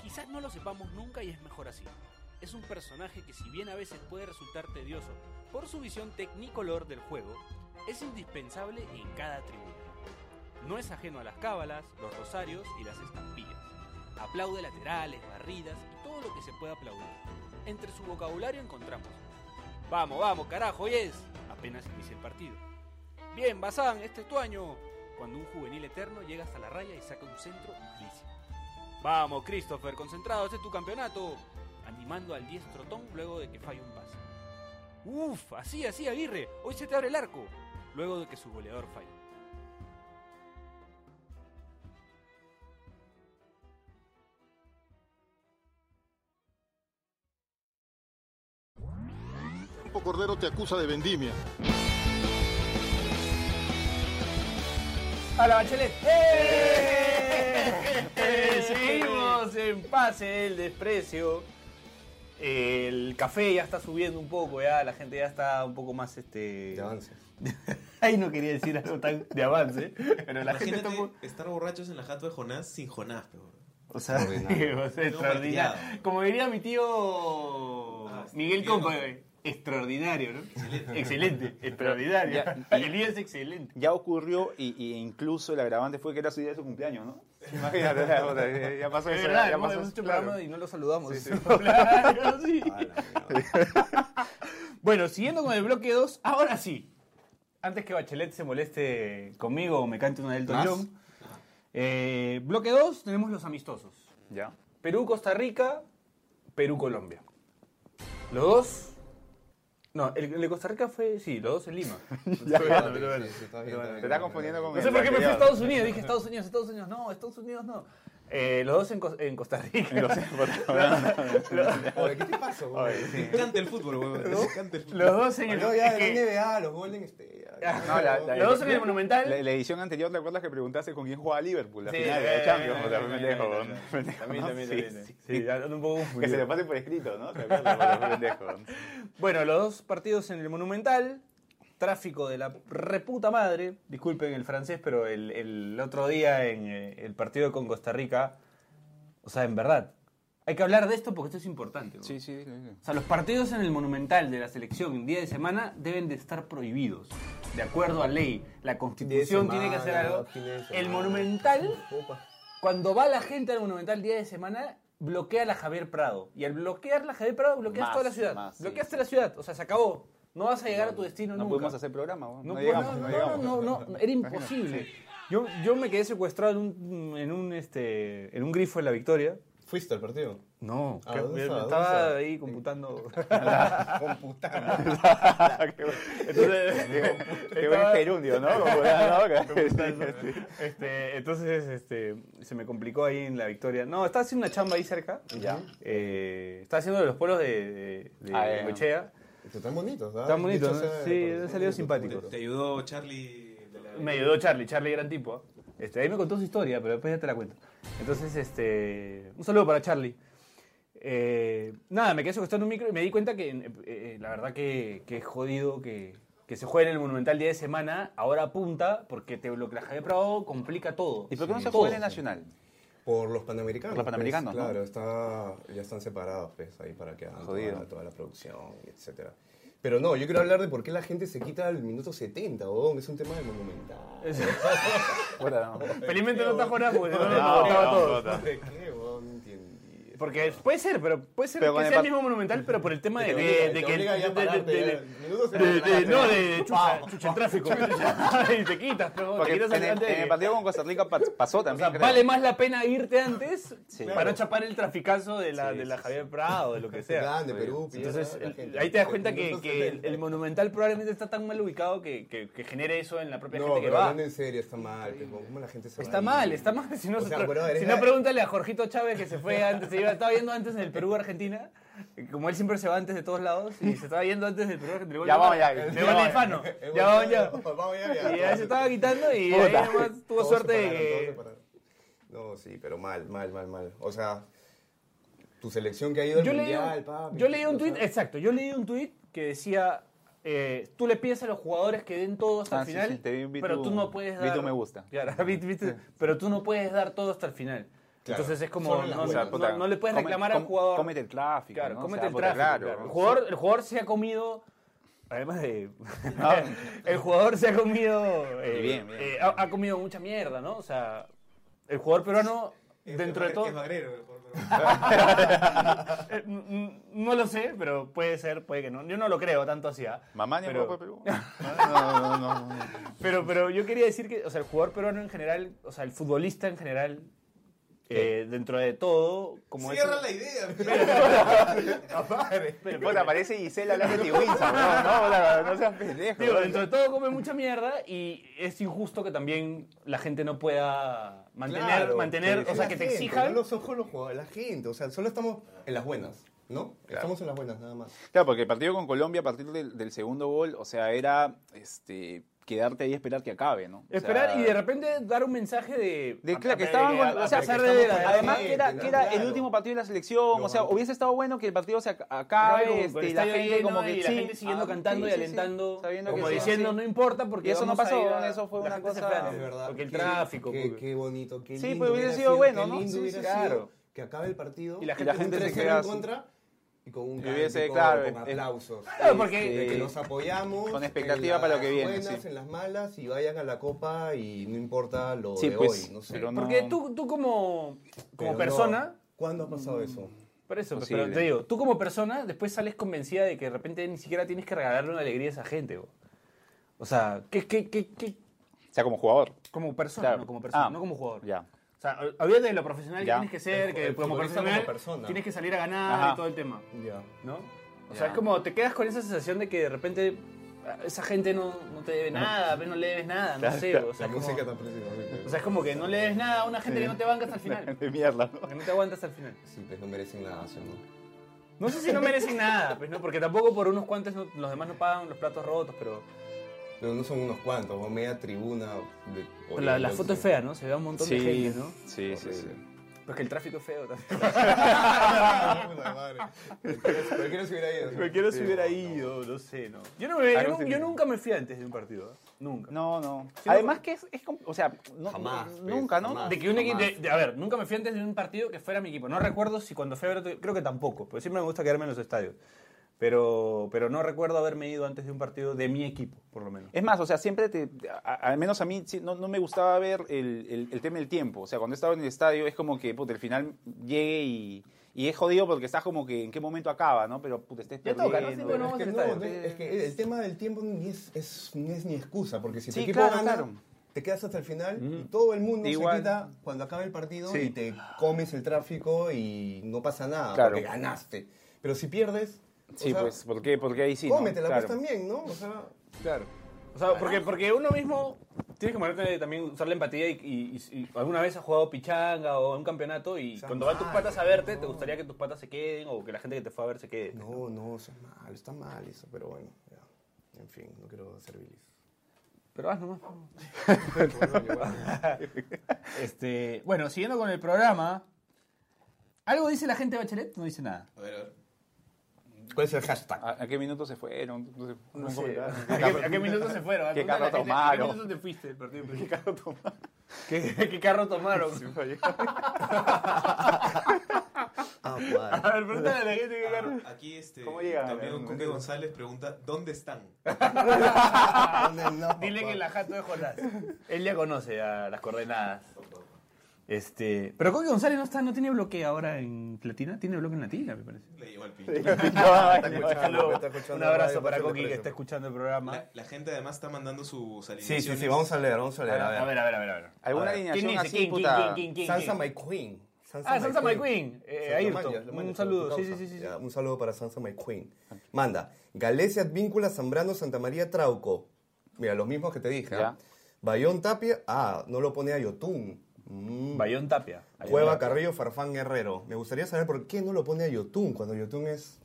C: Quizás no lo sepamos nunca y es mejor así es un personaje que si bien a veces puede resultar tedioso por su visión tecnicolor del juego, es indispensable en cada tribuna. No es ajeno a las cábalas, los rosarios y las estampillas. Aplaude laterales, barridas y todo lo que se pueda aplaudir. Entre su vocabulario encontramos Vamos, vamos, carajo, yes. Apenas inicia el partido. Bien, Bazán, este es tu año. cuando un juvenil eterno llega hasta la raya y saca un centro malísimo. Vamos, Christopher, concentrado, este es tu campeonato. Animando al diestro Tom luego de que falla un pase. Uf, así, así, Aguirre, hoy se te abre el arco. Luego de que su goleador falla.
B: Campo Cordero te acusa de vendimia.
G: ¡A la bachelet! ¡Eh! Seguimos en pase del desprecio. El café ya está subiendo un poco, ya la gente ya está un poco más este.
F: De avance.
G: Ahí no quería decir algo tan de avance, pero la gente
E: Imagínate
G: está un poco-
E: estar borrachos en la jato de Jonás sin Jonás, pero.
G: O sea,
F: Extraordinario.
G: o sea, extraordinario. Como diría mi tío
E: Ah, sí,
G: Miguel
E: Miguel
G: Compa,
E: Compa.
G: güey, extraordinario, ¿no? Excelente, extraordinario.
D: Ya, y-
G: El día es excelente.
D: Ya ocurrió y, y incluso el agravante fue que era su día de su cumpleaños, ¿no? Imagínate, ya, o sea, ya pasó
G: Es
D: eso.
G: verdad,
D: ya
G: hemos
D: pasó
G: hemos
D: eso,
G: hecho
D: claro.
G: programa y no lo saludamos.
D: Sí, sí.
G: Claro, sí.
F: A la mierda.
G: Bueno, siguiendo con el bloque 2, ahora sí. Antes que Bachelet se moleste conmigo o me cante una Delton
F: ¿Más?
G: John. eh, bloque 2, tenemos los amistosos.
D: Ya.
G: Perú-Costa Rica, Perú-Colombia. Los dos... No, el, el de Costa Rica fue... Sí, los dos en Lima.
F: Está bien, sí, sí, está bien, está bien.
D: Te estás confundiendo con
G: No sé por qué me fui a Estados Unidos. Dije Estados Unidos, Estados Unidos no, Estados Unidos no. Eh, los dos en, Cos- en Costa Rica.
D: Lo sé, por-
F: Oye, ¿qué te pasa, güey?
E: Me encanta el fútbol, weón. Me encanta el fútbol.
G: Los dos en el...
F: No, ya,
G: es que-
F: de la NBA, los Golden State. ya.
D: No, la- la-
G: Los dos en el Monumental.
D: La, la edición anterior, ¿te acuerdas que preguntaste con quién jugaba Liverpool? La
G: Sí,
D: final de
G: eh,
D: la Champions.
G: eh,
D: O sea,
G: eh,
D: pendejo,
G: eh,
D: ¿no?
G: eh,
D: Pendejo,
G: También,
D: ¿no?
G: también,
D: Sí,
G: también.
D: sí, sí.
G: Sí, ando un poco
D: Que se
G: confundido.
D: le pase por escrito, ¿no? Te acuerdas, pendejo.
G: Bueno, los dos partidos en el Monumental. Tráfico de la reputa madre. Disculpen el francés, pero el, el otro día en eh, el partido con Costa Rica. O sea, en verdad. Hay que hablar de esto porque esto es importante. ¿no?
D: Sí, sí. sí.
G: O sea, los partidos en el Monumental de la selección en día de semana deben de estar prohibidos. De acuerdo a ley. La Constitución tiene que hacer algo. El Monumental Cuando va la gente al Monumental día de semana, bloquea la Javier Prado. Y al bloquear la Javier Prado, bloqueas
D: Más,
G: toda la ciudad.
D: más, sí, sí.
G: Bloqueaste la ciudad. O sea, se acabó. No vas a llegar a tu destino
D: No
G: nunca.
D: pudimos hacer programa, weón.
G: No,
D: no,
G: pu-
D: llegamos,
G: no,
D: no
G: no,
D: llegamos.
G: no, no, no, era imposible. Yo, yo me quedé secuestrado en un, en un, este, en un grifo en la Victoria.
F: ¿Fuiste al partido?
G: No,
F: ¿A
G: que-
F: dónde
G: me-
F: está?
G: me
F: ¿A dónde
G: estaba
F: está?
G: ahí computando.
F: Computando.
D: Entonces, llegó, llegó
G: Estaba-
D: el gerundio, ¿no? Como la loca.
G: Este, entonces este, se me complicó ahí en la Victoria. No, estaba haciendo una chamba ahí cerca.
D: Ya.
G: Eh, estaba haciendo los polos de, de, de
D: Ah, ya.
G: Goicoechea.
F: Están bonitos, ¿verdad?
G: Están bonitos,
F: Dicho
G: ¿no?
F: sea de
G: Sí,
F: paso,
G: han salido
F: son
G: simpáticos.
E: Te ayudó Charlie. de la-
G: Me ayudó Charlie, Charlie gran tipo. ¿ah? Este, ahí me contó su historia, pero después ya te la cuento. Entonces, este, un saludo para Charlie. Eh, nada, me quedé secuestrado en un micro y me di cuenta que eh, eh, la verdad que, que es jodido que, que se juegue en el Monumental día de semana, ahora punta, porque te bloquea la Javier Prado, complica todo.
D: ¿Y por qué no se
G: Todo.
D: juega en el Nacional?
F: Por los panamericanos.
D: Por los panamericanos,
F: pues,
D: ¿no?
F: Claro, está, ya están separados, pues, ahí para que hagan
D: Jodido.
F: toda, toda la producción, etc. Pero no, yo quiero hablar de por qué la gente se quita al minuto 70, huevón. Es un tema de monumental.
G: Es-
D: Puta, no.
G: Felizmente no está Jonás, porque no, no,
D: No,
G: no,
D: no,
G: todos.
D: no, no.
F: ¿De qué, huevón? No entendí.
G: Porque es- puede ser, pero puede ser
D: Pero
G: que
D: con el
G: sea el
D: par-
G: mismo monumental, pero por el tema
F: Te
G: de, de-
F: obliga-
G: de
F: te
G: que.
F: obliga ya a
G: de- de-
F: pararte,
G: de-
F: ya.
G: de-
F: El minuto
G: de- de-
F: 70,
G: no, de chucha, chucha el tráfico. y te quitas, pero te
D: Porque
G: quitas
D: en, el,
G: antes de
D: en
G: que-
D: el partido con Costa Rica pas- pasó
G: O sea,
D: también. creo.
G: vale más la pena irte antes para
F: Claro.
G: no chapar el traficazo de la,
D: Sí,
G: de la
D: sí,
G: Javier Prado, de lo que sea.
F: Grande, Perú, Piedra,
G: Entonces,
F: la
G: el-
F: gente.
G: ahí te das cuenta que,
F: Minuto
G: que el,
F: 70.
G: el monumental probablemente está tan mal ubicado que, que, que genere eso en la propia
F: No,
G: gente que
F: pero
G: va.
F: hablando en serio, está mal. pues, huevón, ¿Cómo la gente se va
G: Está
F: ahí?
G: mal, está mal. Si no,
F: O
G: se-
F: sea, brother,
G: si
F: es
G: no,
F: la-
G: pregúntale a Jorgito Chávez que se fue antes, se iba, estaba yendo antes en el Perú Argentina. Como él siempre se va antes de todos lados y se estaba yendo antes del Perú Argentina.
D: Ya vamos, ya.
G: De
D: Ya
G: gol de
D: vamos.
G: Infano.
F: Eh,
G: Ya
F: bueno,
G: vamos, ya.
F: Vamos, ya, ya.
G: Y ya se estaba quitando y ahí
D: Puta.
G: nomás tuvo
F: Todos
G: suerte de
F: separaron, todos
G: que.
F: separaron. No, sí, pero mal, mal, mal, mal. O sea, tu selección que ha ido al
G: Yo leí,
F: mundial,
G: un-
F: papi.
G: yo leí un
F: O sea,
G: tweet, exacto, yo leí un tweet que decía, eh, tú le pides a los jugadores que den todo hasta
D: Ah,
G: el
D: sí,
G: final,
D: sí, te vi- vi
G: pero
D: tu-
G: tú no puedes
D: vi
G: dar...
D: tu me gusta.
G: Claro, vi- viste, pero tú no puedes dar todo hasta el final.
F: Claro,
G: Entonces es como,
F: solo en
G: no,
F: las
G: no-
F: buenas.
G: no-
D: Puta,
G: no le puedes
D: come-
G: reclamar al
D: com-
G: jugador.
D: Cómete el tráfico.
G: claro,
D: ¿no? O
G: cómete
D: sea,
G: el
D: puta,
G: tráfico.
D: claro,
G: claro.
D: ¿no?
G: El, jugador, el jugador se ha comido... Además de... el jugador se ha comido... eh,
D: Y bien, bien.
G: eh, ha, ha comido mucha mierda, ¿no? O sea, el jugador peruano,
E: Es
G: dentro de
E: magre-
G: todo...
E: Es magrero, por-
G: Eh, n- n- no lo sé, pero puede ser, puede que no. Yo no lo creo tanto así. ¿ah?
D: Mamá ni
G: Pero-
D: papá de Perú. No, no, no, no.
G: Pero, pero yo quería decir que, o sea, el jugador peruano en general, o sea, el futbolista en general, eh, dentro de todo, como es.
E: Cierra la idea.
D: Pero, puta, parece Gisela la de Windsor, no, no, puta, no seas pendejo.
G: Digo, dentro de todo come mucha mierda y es injusto que también la gente no pueda mantener,
F: Claro,
G: mantener,
F: pero
G: o sea,
F: es
G: que
F: la
G: te
F: gente,
G: exijan.
F: No son solo los jugadores, la gente. O sea, solo estamos en las buenas, ¿no? Estamos en las buenas, nada más.
D: Claro, porque el partido con Colombia a partir del, del segundo gol, o sea, era este, quedarte ahí y esperar que acabe, ¿no? O
G: Esperar
D: sea,
G: y de repente dar un mensaje de. "Ah,
D: De,
G: a-
D: claro, que
G: a-
D: estaban
G: de-
D: con,
G: a-
D: o sea,
G: a pesar
F: que
G: de
F: estamos
G: la-
F: con
D: además
F: la
D: que era,
F: gente,
D: que era el
F: claro.
D: último partido de la selección, o sea, hubiese estado bueno que el partido se ac- acabe,
G: Claro,
D: este,
G: pero
D: y la
G: estadio
D: gente
G: lleno
D: como que
G: y la
D: sí.
G: gente siguiendo
D: Ah,
G: cantando
D: sí,
G: y
D: sí, sí,
G: alentando,
D: sabiendo que
G: como
D: sí,
G: diciendo
D: sí.
G: no importa porque
D: Y eso no
G: vamos a
D: pasó,
G: ir a-
D: eso fue
G: la
D: una
G: gente se
D: cosa-
G: frena,
D: Es
F: Ah, verdad,
G: porque el
F: qué-
G: tráfico,
F: Qué,
G: porque-
F: qué bonito, qué
D: Sí,
F: lindo.
D: pues, hubiera sido
F: qué
D: bueno, ¿no?
F: lindo
D: Sí,
F: hubiera
D: sí,
F: sido
D: claro.
F: que acabe el partido
G: Y la
F: con
D: gente-
F: un
D: gente se
F: 3-0
D: queda
F: en
D: así.
F: contra y con un
D: Y hubiese,
F: cántico,
D: claro,
F: con
D: eh,
F: aplausos.
G: Claro, porque-
F: Este, de que nos apoyamos.
D: Con expectativa para lo que viene,
F: En las buenas,
D: sí.
F: en las malas y vayan a la copa y no importa lo
D: Sí,
F: de
D: pues,
F: hoy. Este, No sé.
D: pero no-
G: Porque tú, tú como, como
F: Pero no,
G: persona,
F: ¿Cuándo ha
D: mm,
F: pasado eso?
G: por eso, pues,
D: Posible.
G: pero te digo, tú como persona después sales convencida de que de repente ni siquiera tienes que regalarle una alegría a esa gente. bo. O sea, ¿qué, qué, qué, qué-
D: O sea, como jugador.
G: como persona,
D: Claro.
G: no como persona,
D: Ah,
G: no como jugador.
D: Ya.
G: O sea, ol- olvídate de lo profesional
D: Ya.
G: que tienes que ser,
F: El-
G: que
F: el
G: como
F: futbolista
G: profesional
F: como persona.
G: tienes que salir a ganar
D: Ajá.
G: y todo el tema,
F: Ya.
G: ¿no? O
D: Ya.
G: sea, es como te quedas con esa sensación de que de repente ah, esa gente no, no te debe nada, no le debes nada, no sé. bo. O sea,
F: la
G: como-
F: música tan preciosa. sí,
G: o sea, es como que no le debes nada a una gente que no te banca hasta el final.
D: De mierda, ¿no?
G: Que no te aguanta hasta el final.
F: Sí, pues no merecen nada, ¿sí o no?
G: No sé si no merecen nada, pues, ¿no? Porque tampoco por unos cuantos no- los demás no pagan los platos rotos, pero...
F: No, no son unos cuantos, o media tribuna. de-
G: pero la, la foto es fea, ¿no? Se ve a un montón de gente, ¿no?
D: sí, sí, sí.
G: Pero es que el tráfico es feo también.
F: Puta madre. Me quiero subir ahí.
G: quiero
F: Sí,
G: si hubiera
F: no,
G: ido, no sé, ¿no. Yo, no me- yo
D: Algo
G: nu-
D: sí.
G: yo nunca me fui antes de un partido, ¿eh? Nunca.
D: No, no.
G: Sí,
D: Además que es, es com- o sea, no-
F: Jamás, pues,
D: nunca, Ah, ¿no?
F: jamás.
G: De que un equipo...
F: Jamás.
G: de- de- a ver, nunca me fui antes de un partido que fuera mi equipo. No recuerdo si cuando fui a ver otro- Creo que tampoco, porque siempre me gusta quedarme en los estadios. Pero, pero no recuerdo haberme ido antes de un partido de mi equipo, por lo menos.
D: Es más, o sea, siempre te. a- al menos a mí sí, no, no me gustaba ver el, el- el tema del tiempo. O sea, cuando estaba en el estadio es como que, puta, el final llegue y. Y es jodido porque estás como que en qué momento acaba, ¿no? Pero puta, estés
G: Ya
D: perdiendo.
G: toca, ¿no? Siempre nos
F: Es que,
G: vamos
F: no,
G: al
F: no,
G: estadio.
F: es que el tema del tiempo ni es, es- ni es ni excusa, porque si
D: Sí,
F: tu equipo
D: claro,
F: gana,
D: claro.
F: te quedas hasta el final y todo el mundo
D: Igual.
F: se quita cuando acaba el partido
D: Sí.
F: y te comes el tráfico y no pasa nada,
D: Claro.
F: porque ganaste. Pero si pierdes, o
D: Sí,
F: sea,
D: pues, porque, porque ahí sí. ¿no?
F: cómetela
D: Claro.
F: pues también, ¿no? O sea,
D: Claro.
G: O sea, porque, porque uno mismo tienes que ponerte también usar la empatía y, y- y- y alguna vez has jugado pichanga o un campeonato y
F: Está
G: cuando van tus
F: mal,
G: patas a verte, te
F: no.
G: gustaría que tus patas se queden o que la gente que te fue a ver se quede.
F: no, no, eso es mal, está mal eso, pero bueno, ya. En fin, no quiero hacer bilis.
G: Pero vas nomás. este, bueno, siguiendo con el programa. ¿Algo dice la gente de Bachelet? No dice nada.
E: A ver, a ver.
F: ¿Cuál es el hashtag?
D: ¿A, a qué minuto se fueron? No sé. un comentario.
G: ¿A qué, a qué minuto se fueron?
D: Qué
G: ¿A dónde la
D: carro
G: gente-
D: tomaron.
G: ¿A qué minuto te fuiste del partido? ¿Qué carro tomaron? ¿Qué, qué carro tomaron?
F: Ah,
G: A ver, pregúntale a la gente qué carro.
E: Aquí este,
D: ¿Cómo llegan?
E: también
D: A ver,
E: un Coque González pregunta, ¿dónde están?
G: Dile que la jato de Jonás. Él ya conoce a las coordenadas. Este, pero Coque González no está, no tiene bloque ahora en Latina, tiene bloque en Latina, me parece.
E: Le llegó al pinche.
G: Un abrazo para Coqui que está escuchando el programa.
E: La, la gente además está mandando sus
F: Sí,
E: alineaciones.
F: sí, sí, vamos a leer, vamos a
G: A
F: leer.
G: ver,
F: A ver.
G: a ver, a ver, a ver. a ver.
D: ¿Alguna
F: A ver.
D: alineación
G: ¿Quién dice?
D: así,
G: ¿Quién,
D: puta?
G: quién, quién, quién,
F: Sansa
G: quién?
F: My Queen. Sansa
G: Ah, Sansa My Queen.
F: Sansa
G: Eh, Ayrton.
F: Maya, la Maya,
G: Un
F: tu
G: saludo. Sí,
F: causa.
G: sí, sí. sí.
F: Ya, un saludo para Sansa My Queen. Manda. Galecia Advíncula Zambrano Santa María Trauco. Mira, los mismos que te dije.
D: Ya.
F: ¿ah? Bayón Tapia. Ah, no lo pone a Yotun. Mm.
G: Bayón Tapia.
F: Cueva Carrillo Farfán Guerrero. Me gustaría saber por qué no lo pone a Yotun cuando Yotun es,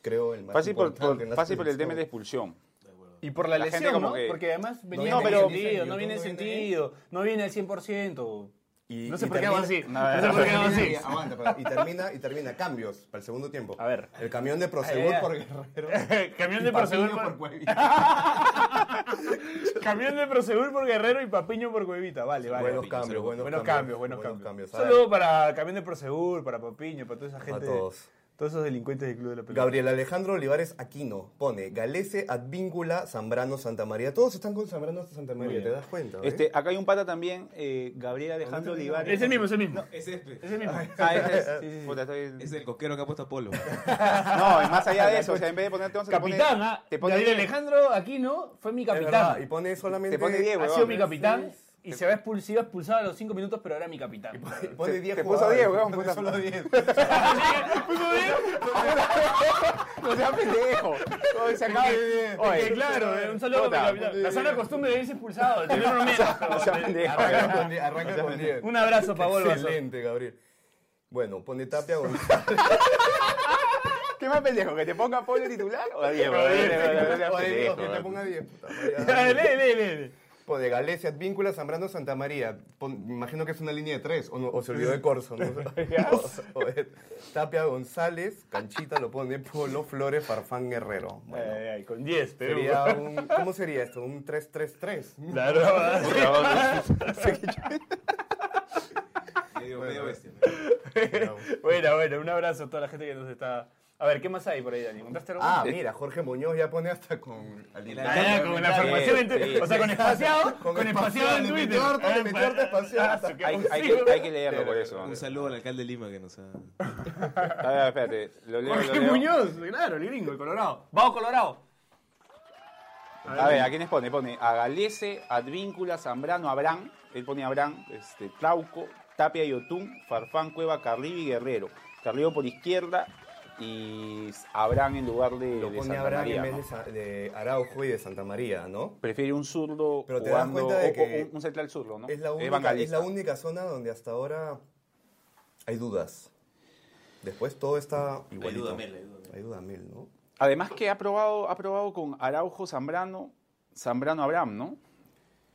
F: creo, el más
D: Fácil por,
F: importante
D: por-
F: en la
D: fácil por el tema de la
F: selección.
D: expulsión.
G: Y por la,
D: La gente
G: lesión,
D: como
G: ¿no?
D: que-
G: Porque además venía
F: No,
G: no,
F: pero-
G: sentido, no
F: Yo
G: viene
F: no viene-
G: sentido, no viene al 100%.
F: Y-
G: No sé
F: y
G: por qué hago así.
F: termina-
G: No sé por qué hago así.
F: Aguanta, pero- y termina, y termina cambios para el segundo tiempo.
G: A ver.
F: El camión de Prosegur
G: Ay, ay,
F: por
G: ay.
F: Guerrero.
G: Camión
F: Y
G: de
F: Patiño
G: Prosegur por-
F: Cuevita.
G: Camión de Prosegur por Guerrero y Papiño por Cuevita. Vale, vale.
F: Buenos cambios, buenos
G: Buenos
F: cambios,
G: cambios, buenos
F: buenos cambios.
G: cambios. Saludos para Camión de Prosegur, para Papiño, para toda esa gente.
F: todos.
G: Todos esos delincuentes del Club de la Pelota.
F: Gabriel Alejandro Olivares Aquino pone Galese, Advíncula, Zambrano, Santa María. Todos están con Zambrano hasta Santa María,
G: bien.
F: ¿te das cuenta? eh?
D: Este, acá hay un pata también, eh, Gabriel Alejandro
F: Ahorita
D: Olivares.
G: Es el mismo, es el mismo.
E: Es este.
G: Es el mismo.
D: Ah, ese es.
G: Sí, sí, sí.
D: Puta, está bien.
E: Es el coquero que ha puesto Polo.
D: No, y más allá de eso, o sea, en vez de ponerte 11,
G: Capitán, ¿ah?
D: te pone,
G: Gabriel
D: te pone,
G: Alejandro Aquino fue mi
F: Es verdad, y
G: capitán.
F: pone solamente.
D: te pone 10,
G: Ha
D: weón.
G: sido mi capitán y
D: Te-
G: se va expulsado, iba expulsado a los 5 minutos, pero era mi capitán.
F: Pone
D: Te-
F: 10
D: te puso
F: jugadores,
D: 10, weón,
F: pone
D: puta
F: solo
D: madre.
F: 10.
D: No seas pendejo. No, se acaba.
G: Oye, claro, eh, un saludo
D: puta,
G: a mi capitán. La sana costumbre de irse expulsado, de tener uno menos, pero-
D: No seas pendejo.
F: Arranca con 10, arranca con 10.
G: Un abrazo, Pablo Basol.
F: Excelente, Gabriel. Bueno, pone Tapia González.
D: ¿Qué más pendejo? ¿Que te ponga Polo titular? O a 10,
G: O a diez,
F: Oye, Dios, que te
D: weón.
F: ponga 10. puta
G: Lee,
F: madre.
G: lee, lee.
F: Pone Galese, Advíncula, Zambrano, Santa María. Pon- me imagino que es una línea de 3. O, no- o se olvidó de Corso. ¿no? O- o- Tapia González, Canchita lo pone Polo, Flores, Farfán, Guerrero.
D: Eh,
F: Bueno,
G: Ay, ay, eh, con 10, pero.
F: sería un, ¿Cómo sería esto? Un 3-3-3.
G: Claro, ¿verdad?
E: Medio, medio bestia.
G: Bueno, bueno, un abrazo a toda la gente que nos está. A ver, ¿qué más hay por ahí, Dani? ¿Encontraste algo?
F: Ah, mira, Jorge Muñoz ya pone hasta con...
G: Ah, ya, con la formación en Twitter. o sea, con espaciado, con, espaciado en
F: le
G: Twitter.
F: metió harta, le metió harta
G: Ah,
F: espaciada.
G: ah, su- qué
D: Hay, hay
G: abusivo.
D: que, hay que leerlo por eso.
E: Un saludo al alcalde de Lima que nos ha.
D: A ver, espérate. Lo leo,
G: Jorge
D: lo leo.
G: Muñoz, claro, el gringo, el colorado. Vamos, colorado.
D: A ver, ¿a quiénes pone? Pone a Galese, Advíncula, Zambrano, Abrán. Él pone Abrán, este, Trauco, Tapia y Otún, Farfán, Cueva, Carrillo y Guerrero. Carrillo por izquierda y Abrán en lugar de,
F: Lo
D: de
F: pone
D: Santa
F: Abraham
D: María,
F: en vez
D: ¿no?
F: de Sa- de Araujo y de Santa María, ¿no?
D: Prefiere un zurdo
F: Pero te das
D: jugando
F: cuenta de
D: o- o
F: que
D: un, un central zurdo, ¿no?
F: Es la, única, es
D: vanguardista.
F: la única zona donde hasta ahora hay dudas. Después todo está igualito.
E: duda mil, hay duda mil.
F: Hay duda mil, ¿no?
D: Además que ha probado, ha probado con Araujo, Zambrano, Zambrano, Abraham, ¿no?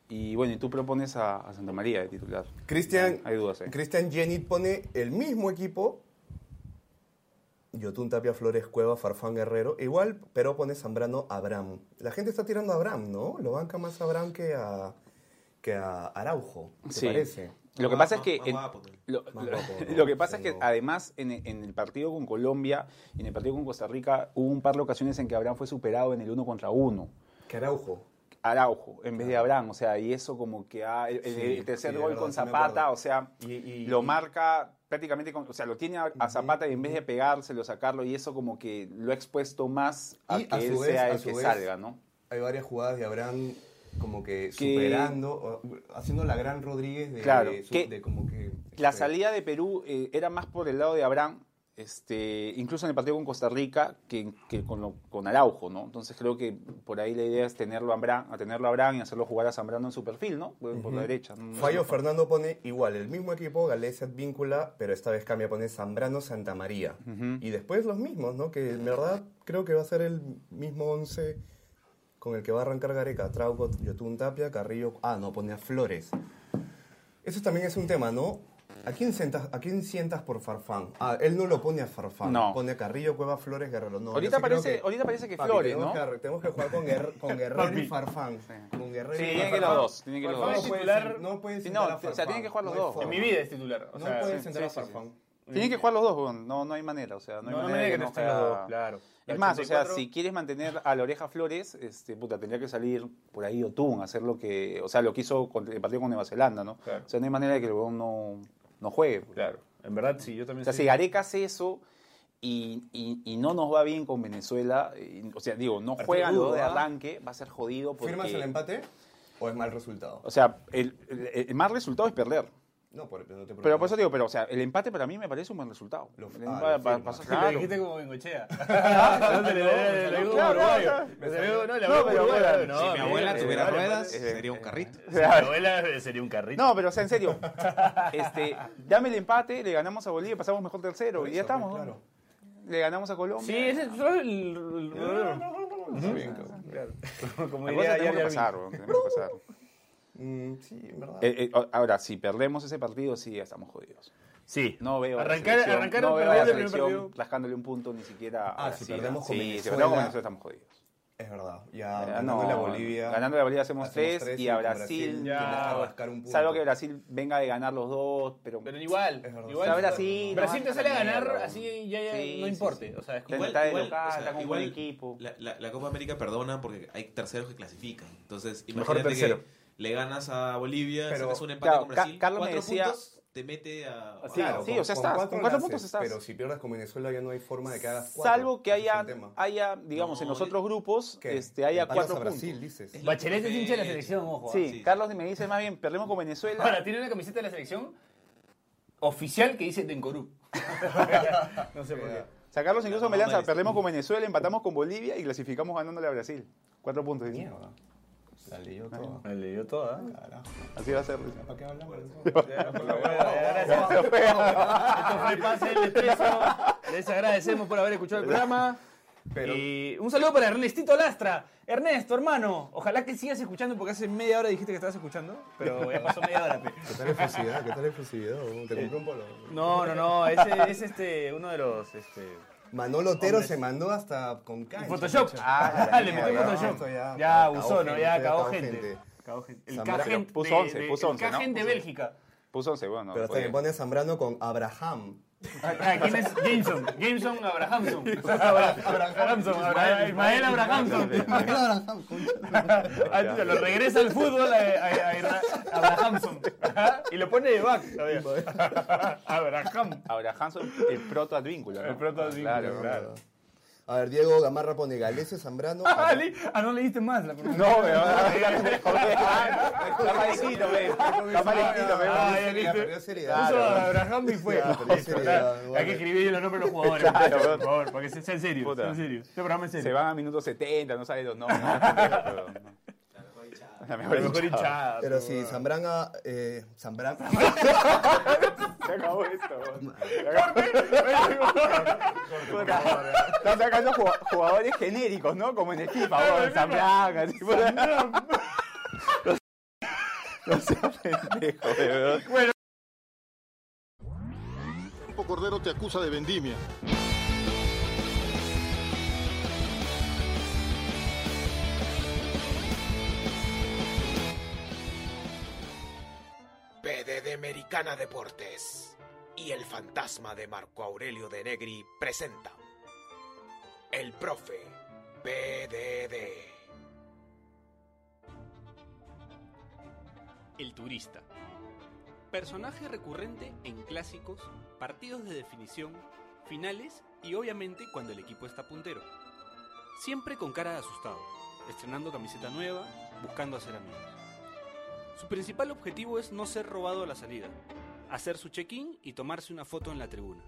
D: Y bueno, y tú propones a, a Santa María de titular.
F: Cristian
D: Hay dudas, ¿eh?
F: Christian Jenit pone el mismo equipo. Yotun Tapia Flores Cueva, Farfán Guerrero. Igual, pero pone Zambrano Abraham. La gente está tirando a Abraham, ¿no? Lo banca más Abraham que a, que a Araujo. ¿Te
D: Sí.
F: parece?
D: Lo que
E: Más-
D: pasa es que
E: más- más
D: en-
E: guapo, tal.
D: lo,
F: Más guapo, ¿no?
D: lo que pasa es
F: Sí,
D: que
F: no.
D: además en, e- en el partido con Colombia y en el partido con Costa Rica hubo un par de ocasiones en que Abraham fue superado en el uno contra uno.
F: Que Araujo.
D: Araujo en vez de Abraham, o sea, y eso como que ha- el, el-
F: Sí,
D: el tercer
F: sí, de
D: Eh, gol
F: verdad,
D: con
F: sí me
D: Zapata,
F: acuerdo.
D: o sea,
F: Y- y-
D: lo
F: y-
D: marca prácticamente, con- o sea, lo tiene a, a Zapata y en vez de pegárselo, sacarlo, y eso como que lo ha expuesto más a
F: Y
D: que
F: a
D: él
F: su vez-
D: sea
F: a
D: el
F: su
D: que
F: vez-
D: salga, ¿no?
F: Hay varias jugadas de Abraham como que superando, o- haciendo la gran Rodríguez de,
D: Claro,
F: de su-
D: que
F: de como que...
D: La
F: este,
D: salida de Perú eh, era más por el lado de Abraham, este, incluso en el partido con Costa Rica, que, que con, lo- con Araujo, ¿no? Entonces creo que por ahí la idea es tenerlo a Abraham, a tenerlo a Abraham y hacerlo jugar a Zambrano en su perfil, ¿no? Por la derecha. ¿no?
F: Fallo Fernando pone igual, el mismo equipo, Galese Advíncula, pero esta vez cambia, pone Zambrano Santa María. Y después los mismos, ¿no? Que en verdad creo que va a ser el mismo 11 con el que va a arrancar Gareca, Trauco, Yotun Tapia, Carrillo... Ah, no, pone a Flores. Eso también es un tema, ¿no? ¿A quién, sentas, ¿A quién sientas por Farfán? Ah, él no lo pone a Farfán.
D: No.
F: Pone a Carrillo, Cueva, Flores, Guerrero. No, yo
D: ahorita,
F: sí creo
D: parece,
F: que-
D: ahorita parece que
F: Papi,
D: Flores, ¿no?
F: tenemos Que, tenemos que jugar con, Guerr- con Guerrero y Farfán. Con Guerrero
D: Sí,
F: y
D: tienen que los
F: Farfán.
D: dos. Tienen que los
G: Farfán
F: No
G: es
D: dos.
G: titular.
F: puedes- No puedes
D: Sí,
F: sentar
D: no,
F: a
D: o sea,
F: Farfán.
D: tienen que jugar los
F: No hay
D: dos.
F: forma.
G: En mi vida es titular. O
F: No
G: sea,
F: puedes
G: sí.
F: sentar a
D: sí, sí, sí.
F: Farfán.
D: Tienen que jugar los dos, weón. no, no hay manera. O sea, no
G: No,
D: hay
G: no
D: manera
G: me
D: de que
G: digas que no
D: no
G: estén los
D: juega-
G: dos, claro.
D: Es más, o sea,
G: 84,
D: si quieres mantener a la oreja Flores, este, puta, tendría que salir por ahí Otún, hacer lo que, o sea, lo que hizo con- el partido con Nueva Zelanda, ¿no?
G: Claro.
D: O sea, no hay manera de que el huevón no, no juegue. pues.
G: Claro, en verdad sí, yo
D: O
G: también
D: sea,
G: soy-
D: si Gareca hace eso y, y- y no nos va bien con Venezuela, y- o sea, digo, no
F: Partido
D: juegan los
F: duro,
D: dos de
F: ¿ah?
D: arranque, va a ser jodido porque...
F: ¿Firmas el empate o es mal resultado?
D: O sea, el, el- el mal resultado es perder.
F: No, por, no te preocupes.
D: Pero por eso digo, pero o sea, el empate para mí me parece un buen resultado.
F: Lo-
D: El-
F: ah,
D: va-
F: lo
D: va-
F: firma.
D: pasa-
F: Lo
D: claro.
G: Le dijiste como Bengochea. No, le- le- le- le-
D: Claro,
G: uruguayo.
D: claro.
G: Me salió- no, la
D: No,
G: abuela
D: pero
G: uruguaya,
D: bueno,
G: no,
D: si mi
E: Mi
G: mira,
E: abuela
G: eh,
E: tuviera
G: vale,
E: ruedas,
D: eh,
E: sería un carrito.
G: Si mi abuela sería un carrito.
D: No, pero o sea, en serio. Este, dame el empate, le ganamos a Bolivia, pasamos mejor tercero y ya estamos. ¿no?
F: Claro.
D: Le ganamos a Colombia.
G: Sí, ese es solo el- el-
F: Está bien, cabrón.
G: el- Como
D: La
G: diría
D: cosa es que tenemos que
G: Yaya
D: pasar, weón, tenemos que pasar.
F: Mm, sí, en verdad.
D: Eh, eh, o- ahora, si perdemos ese partido, sí, ya estamos jodidos.
G: Sí.
D: No veo
G: Arrancar-
D: a la selección,
G: arrancar
D: no
G: el
D: veo a la
G: perder del primer
D: selección
G: partido.
D: rascándole un punto ni siquiera a
F: Ah, si
D: Brasil.
F: perdemos con
D: Sí, si
F: Venezuela.
D: perdemos con Venezuela estamos jodidos.
F: Es verdad. Ya
D: Eh,
F: ganando
D: no,
F: la Bolivia.
D: Ganando la Bolivia hacemos,
F: hacemos
D: tres, y a
F: con
D: Brasil.
F: ya.
D: que
F: tendrás que
D: nada.
F: rascar un punto.
D: Salvo que Brasil venga de ganar los dos, pero.
G: Pero igual,
F: Es verdad.
G: igual
D: a Brasil. no
G: Brasil
D: va
G: te sale a
D: la
G: ganar
D: mierda,
G: así ya, ya
D: Sí,
G: no
D: sí,
G: importa.
D: sí.
G: O sea, es como
D: Igual-
G: está de
D: igual-
G: local,
E: o sea,
D: está con
E: igual
D: buen equipo.
E: La, la- la Copa América perdona porque hay terceros que clasifican. Entonces,
F: Mejor
E: imagínate
F: tercero.
E: que le ganas a Bolivia,
F: Pero,
E: sacas un empate
D: claro,
E: con Brasil,
D: Ca- Carlos me
E: cuatro
D: decía- Ah,
E: puntos, te mete a...
D: Sí, sí, o sea, estás, con cuatro puntos estás.
F: Pero si pierdes con Venezuela ya no hay forma de que hagas cuatro.
D: Salvo que
F: Ese es
D: haya,
F: el tema.
D: haya digamos,
E: No,
D: en los otros grupos,
F: ¿Qué?
D: este, haya
F: Empatas
D: cuatro
F: a Brasil,
D: puntos.
F: dices.
G: Bachelet es hincha de la
E: Eh,
G: selección, ojo. ¿ah?
D: Sí,
E: Sí.
D: Carlos me dice más bien, perdemos con Venezuela.
G: Ahora, tiene una camiseta de la selección oficial que dice Tencorú. no sé por qué.
D: o sea, Carlos incluso
E: No,
D: me lanza,
E: parece-
D: perdemos con Venezuela, empatamos con Bolivia y clasificamos ganándole a Brasil. Cuatro puntos. dice.
F: Mierda. La leyó toda.
G: Me leyó toda.
F: Carajo.
D: Así va a ser. dice.
F: ¿Para qué hablamos?
G: Esto fue Pase del Expreso. Les agradecemos por haber escuchado el programa.
F: Pero-
G: Y un saludo para Ernestito Lastra. Ernesto, hermano, ojalá que sigas escuchando porque hace media hora dijiste que estabas escuchando, pero ya pasó media hora. pe.
F: ¿Qué tal efusividad? ¿Qué tal efusividad? bro? Te compré un polo.
G: No, no, no, ese es este, uno de los... Este,
F: Manolo Otero se mandó hasta con cancha.
G: Photoshop.
F: muchacho.
G: Ah,
F: la
G: le
F: mierda,
G: metió
F: ¿no?
G: Photoshop.
F: Esto
G: Ya,
F: ya
G: abusó, ¿no? Ya acabó gente. Acabó gente. El
F: Zambrano.
G: Cajent
D: Puso
G: de-
D: 11,
G: de-
D: puso
G: el
D: 11, ¿no?
G: Cajent de
D: Puso
G: Bélgica.
D: Puso 11, bueno. pues,
F: Pero hasta
D: podía.
F: que pone a Zambrano con Abraham.
G: Ah, ¿Quién es Jameson? Jameson Abrahamson. Abrahamson. Abra- Ismael
D: este,
G: Abrahamson. Ah, tío, Lo regresa al fútbol a, a- a- a Irra- Abrahamson. Ajá, Y lo pone de back. todavía. Abraham.
D: Ahora Hanson, el proto advínculo. ¿no?
G: El proto advínculo,
D: Ah, Claro,
G: claro.
F: A ver, Diego Gamarra pone Galese, Zambrano.
G: Ah, le- ah, no leíste más. La
D: No, ah, me va a Está malecito, ve. Está malecito, ve.
G: Ah, ya
F: Ya,
G: listo.
F: perdió seriedad.
G: Puso
F: bro.
G: a Abraham y fue.
F: Ya,
G: Listo,
F: pero eso ya,
G: claro. Hay
F: bueno.
G: que escribir los nombres de los jugadores,
D: Claro,
G: muchachos, por
D: bueno.
G: favor, para que se- sea en serio.
D: Puta.
G: sea en serio. Este programa es
D: Se
G: serio.
D: van a minuto 70, no salen los nombres. pero- La
G: A lo
D: mejor
G: mejor
D: hinchada.
G: hinchada.
F: Pero si Zambrana. eh, Zambrano.
D: Se acabó esto. Están sacando ju- jugadores genéricos, ¿no? Como en el FIFA, weón. San Blanca, así, por- No se- No sea pendejo, de verdad.
B: Campo Cordero te acusa de vendimia.
H: PD de Americana Deportes y el fantasma de Marco Aurelio de Negri presenta El Profe PDD.
C: El turista. Personaje recurrente en clásicos, partidos de definición, finales y obviamente cuando el equipo está puntero. Siempre con cara de asustado, estrenando camiseta nueva, buscando hacer amigos. Su principal objetivo es no ser robado a la salida, hacer su check-in y tomarse una foto en la tribuna.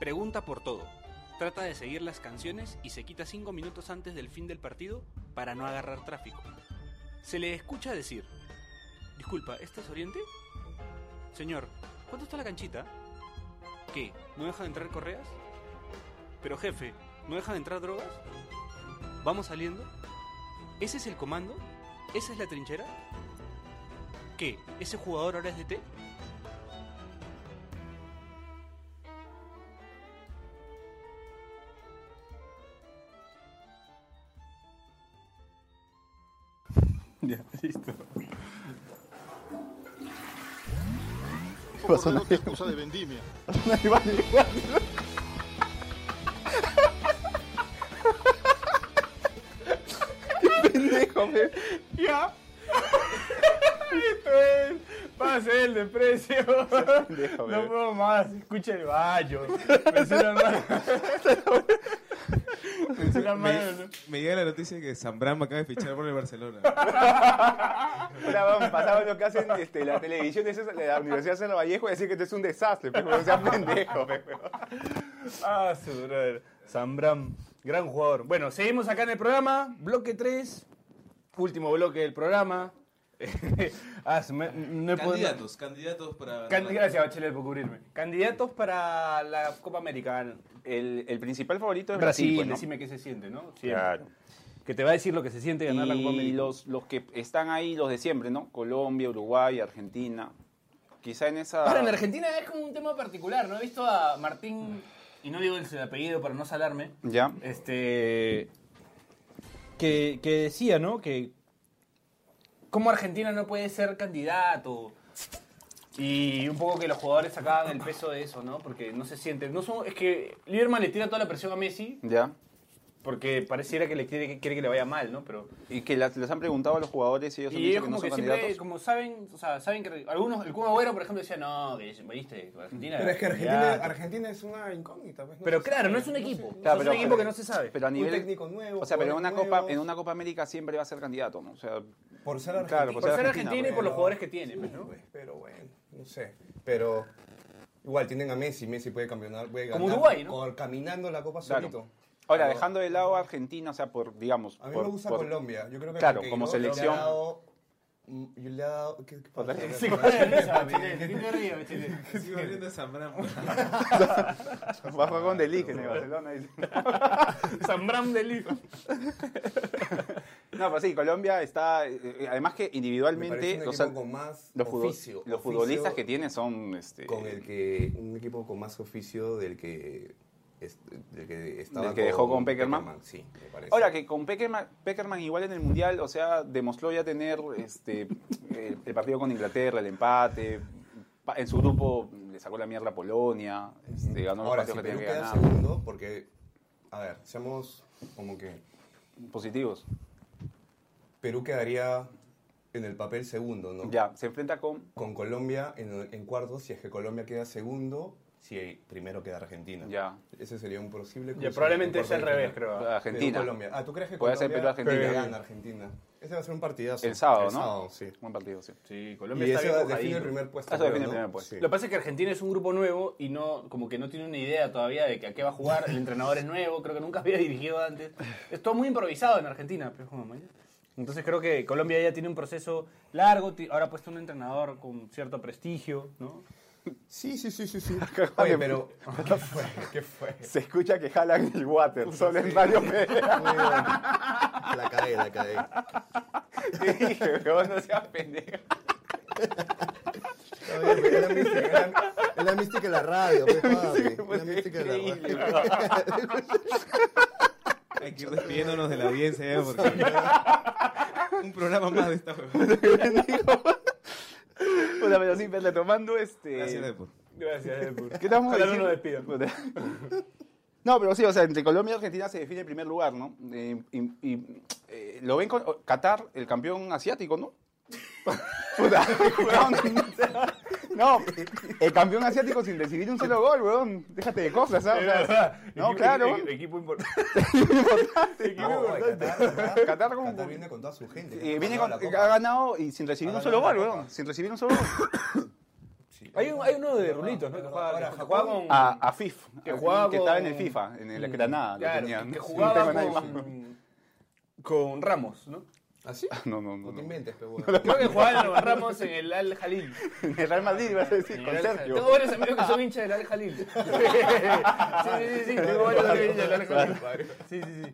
C: Pregunta por todo, trata de seguir las canciones y se quita 5 minutos antes del fin del partido para no agarrar tráfico. Se le escucha decir, Disculpa, ¿este es Oriente? Señor, ¿cuánto está la canchita? ¿Qué? ¿No deja de entrar correas? Pero jefe, ¿no deja de entrar drogas? ¿Vamos saliendo? ¿Ese es el comando? ¿Esa es la trinchera? ¿Qué? ¿Ese jugador ahora es de T?
B: Campo Cordero te acusa de vendimia.
D: Pendejo, fe.
G: Ya. Esto es. Pase el desprecio.
D: pendejo,
G: No
D: bebé.
G: puedo más. Escucha el baño. Me suena mal. Me suena mal. ¿no?
E: Me, me llega la noticia que Zambrano acaba de fichar por el Barcelona.
D: Ahora vamos, pasamos lo que hacen este, la televisión de César- de la Universidad de San Vallejo y decir que esto es un desastre, pero no seas pendejo, pe, weón.
G: Ah, su brother. Zambram, gran jugador. Bueno, seguimos acá en el programa. Bloque 3. Último bloque del programa. Ah, se me- no he podido-
E: candidatos, candidatos para...
G: Candi- Gracias, Bachelet, por cubrirme. Candidatos para la Copa Americana.
D: El, el principal favorito es
G: Brasil,
D: Brasil, pues, ¿no?
G: decime qué se siente, ¿no? Siempre.
D: Claro.
G: Que te va a decir lo que se siente ganar la Copa
D: Y
G: América.
D: los, los que están ahí, los de siempre, ¿no? Colombia, Uruguay, Argentina. Quizá en esa.
G: Ahora, en Argentina es como un tema particular, ¿no? He visto a Martín, y no digo el apellido para no salarme,
D: Ya.
G: este, que, que decía, ¿no? Que cómo Argentina no puede ser candidato. Y un poco que los jugadores sacaban el peso de eso, ¿no? Porque no se sienten. No son, es que Lieberman le tira toda la presión a Messi
D: ¿Ya?
G: porque pareciera que le quiere, que quiere que le vaya mal, ¿no? Pero
D: Y que las- les han preguntado a los jugadores y ellos han
G: y
D: dicho que
G: ellos como
D: no
G: que
D: son
G: siempre,
D: candidatos.
G: como saben, o sea, saben que algunos, el Kun Agüero, por ejemplo, decía, no, que viste, Argentina.
F: Pero es que Argentina,
G: ya".
F: Argentina es una incógnita. pues, no
G: Pero
F: se
G: claro,
F: sabe.
G: no es un
F: sé.
G: equipo. O sea,
D: Claro,
G: es
D: pero-
G: un equipo que no se sabe.
D: Pero a
F: Un
D: nivel.
F: técnico nuevo,
D: o sea, pero en una,
F: jugadores
D: copa,
F: nuevos.
D: en una Copa América siempre va a ser candidato, ¿no? O sea,
F: Por ser Argentina.
D: Claro, por
G: por ser
D: Argentina,
G: argentino y por
F: pero-
G: los jugadores que tiene, pues,
F: Sí,
G: ¿no?
F: pues, pero bueno, no sé. Pero igual tienen a Messi, Messi puede campeonar, puede
G: Como
F: ganar
G: Uruguay, ¿no?
F: por- caminando la Copa
D: Claro.
F: solito.
D: ahora,
F: Pero
D: dejando de lado a Argentina, o sea, por, digamos.
F: A mí
D: por-
F: me gusta
D: por-
F: Colombia. Yo creo que
D: Claro,
F: porque
D: como
F: yo-
D: selección.
F: Yo le he dado. mm, Yo le he dado. ¿qué- qué pasa?
G: Sí, con la risa, Michele, ¿qué te ríes, Michele?
E: Estoy corriendo a Zambrano.
D: Va a jugar con Delic en el Barcelona. dice.
G: Zambram de Lima.
D: No, pues sí, Colombia está. eh, eh, además que
F: Me
D: individualmente.
F: parece un
D: o
F: equipo
D: sea,
F: con más
D: los, fútbol-
F: oficio.
D: los
F: oficio
D: futbolistas que tiene son. Este,
F: Con el que. Un equipo con más oficio del que. es- Del que, estaba
D: Del que dejó con Peckerman.
F: Sí, me parece.
D: Ahora, que con Peckerman, Peckerman igual en el Mundial, o sea, demostró ya tener este, el, el partido con Inglaterra, el empate. Pa- En su grupo le sacó la mierda a Polonia, este, ganó los
F: Ahora, si
D: partidos que tenía que
F: Perú queda
D: ganar.
F: segundo, porque. A ver, seamos como que.
D: Positivos.
F: Perú quedaría en el papel segundo, ¿no?
D: Ya, se enfrenta con.
F: Con Colombia en, en cuartos, si es que Colombia queda segundo, si primero queda Argentina.
D: Ya.
F: Ese sería un posible.
G: Ya,
F: cruce
G: probablemente
F: en
G: es al
F: cuartos de
G: revés,
F: final.
G: creo. ¿ah?
D: Argentina.
F: Perú-Colombia. Ah, ¿tú crees que
D: Puede ser
F: Colombia
D: Perú-Argentina.
F: le gana a Argentina? Ese va a ser un partidazo.
D: El sábado,
F: El
D: ¿no?
F: sábado, sí.
D: Buen partido, sí.
G: Sí,
F: Y
G: Colombia está
F: eso
G: bien
F: define
G: mojadito.
F: el primer puesto.
D: Eso define
F: creo,
D: el
F: ¿no?
D: primer puesto.
F: Sí.
G: Lo que pasa es que Argentina es un grupo nuevo y no, como que no tiene una idea todavía de que a qué va a jugar, el entrenador es nuevo, creo que nunca había dirigido antes. Es todo muy improvisado en Argentina. pues, como, man. Entonces creo que Colombia ya tiene un proceso largo, ti- ahora ha puesto un entrenador con cierto prestigio, ¿no?
F: Sí, sí, sí, sí. sí. Oye, pero. ¿Qué fue? ¿Qué fue?
D: Se escucha que jalan el water, solo en varios
F: Muy bien. La cae, la cae.
D: dije, weón, no seas pendejo.
F: Oye, pero Es la mística, es la- es la mística de la radio, pues, papi. Es la mística de la radio.
E: Hay que ir despidiéndonos de la audiencia ya, porque... Un programa más de esta huevada.
D: Puta, pero sí, pero tomando este.
E: Gracias, Depor.
G: Gracias,
D: ¿Qué estamos
G: Ojalá no
D: diciendo?
G: nos despidan.
D: Puta. No, pero sí, o sea, entre Colombia y Argentina se define el primer lugar, ¿no? Eh, y y, eh, lo ven con o- Qatar, el campeón asiático, ¿no? Puta, weón. No, el campeón asiático sin recibir un solo gol, weón. Déjate de cosas, ¿sabes? O sea, no, claro.
G: E-, Equipo importante.
F: No, Qatar,
D: Qatar como-
F: Qatar viene con toda su gente.
D: Eh, viene con-
F: la
D: ha
F: Copa.
D: ganado y sin recibir
F: Ha
D: un solo
F: ganado
D: gol,
F: la
D: weón.
F: Copa.
D: Sin recibir un solo gol.
F: Sí.
G: Hay, un- hay uno de Rulitos, ¿no? Que juega,
F: Ahora,
G: que juega
F: Japón.
G: con...
D: A, a FIF.
G: Ah, Que
D: al-
G: jugaba
D: que estaba en
G: con- Mm.
D: el FIFA, en
F: Mm,
D: el Granada. lo
G: Claro,
D: tenía,
G: que-
D: ¿no?
G: que
D: Sí,
G: jugaba
D: no tengo nadie más.
G: con, con Ramos, ¿no?
F: ¿Así?
D: No, no,
F: No
D: no.
F: te
D: no.
F: inventes, pero
G: Creo que jugaba Ramos en el Al Jalil.
D: En el Real Madrid, ibas a decir, con
G: Al-
D: Sergio.
G: Tengo varios amigos que son hinchas del Al Jalil. Sí, sí, sí, sí, tengo varios amigos hinchas del Al Jalil. Sí, sí, sí.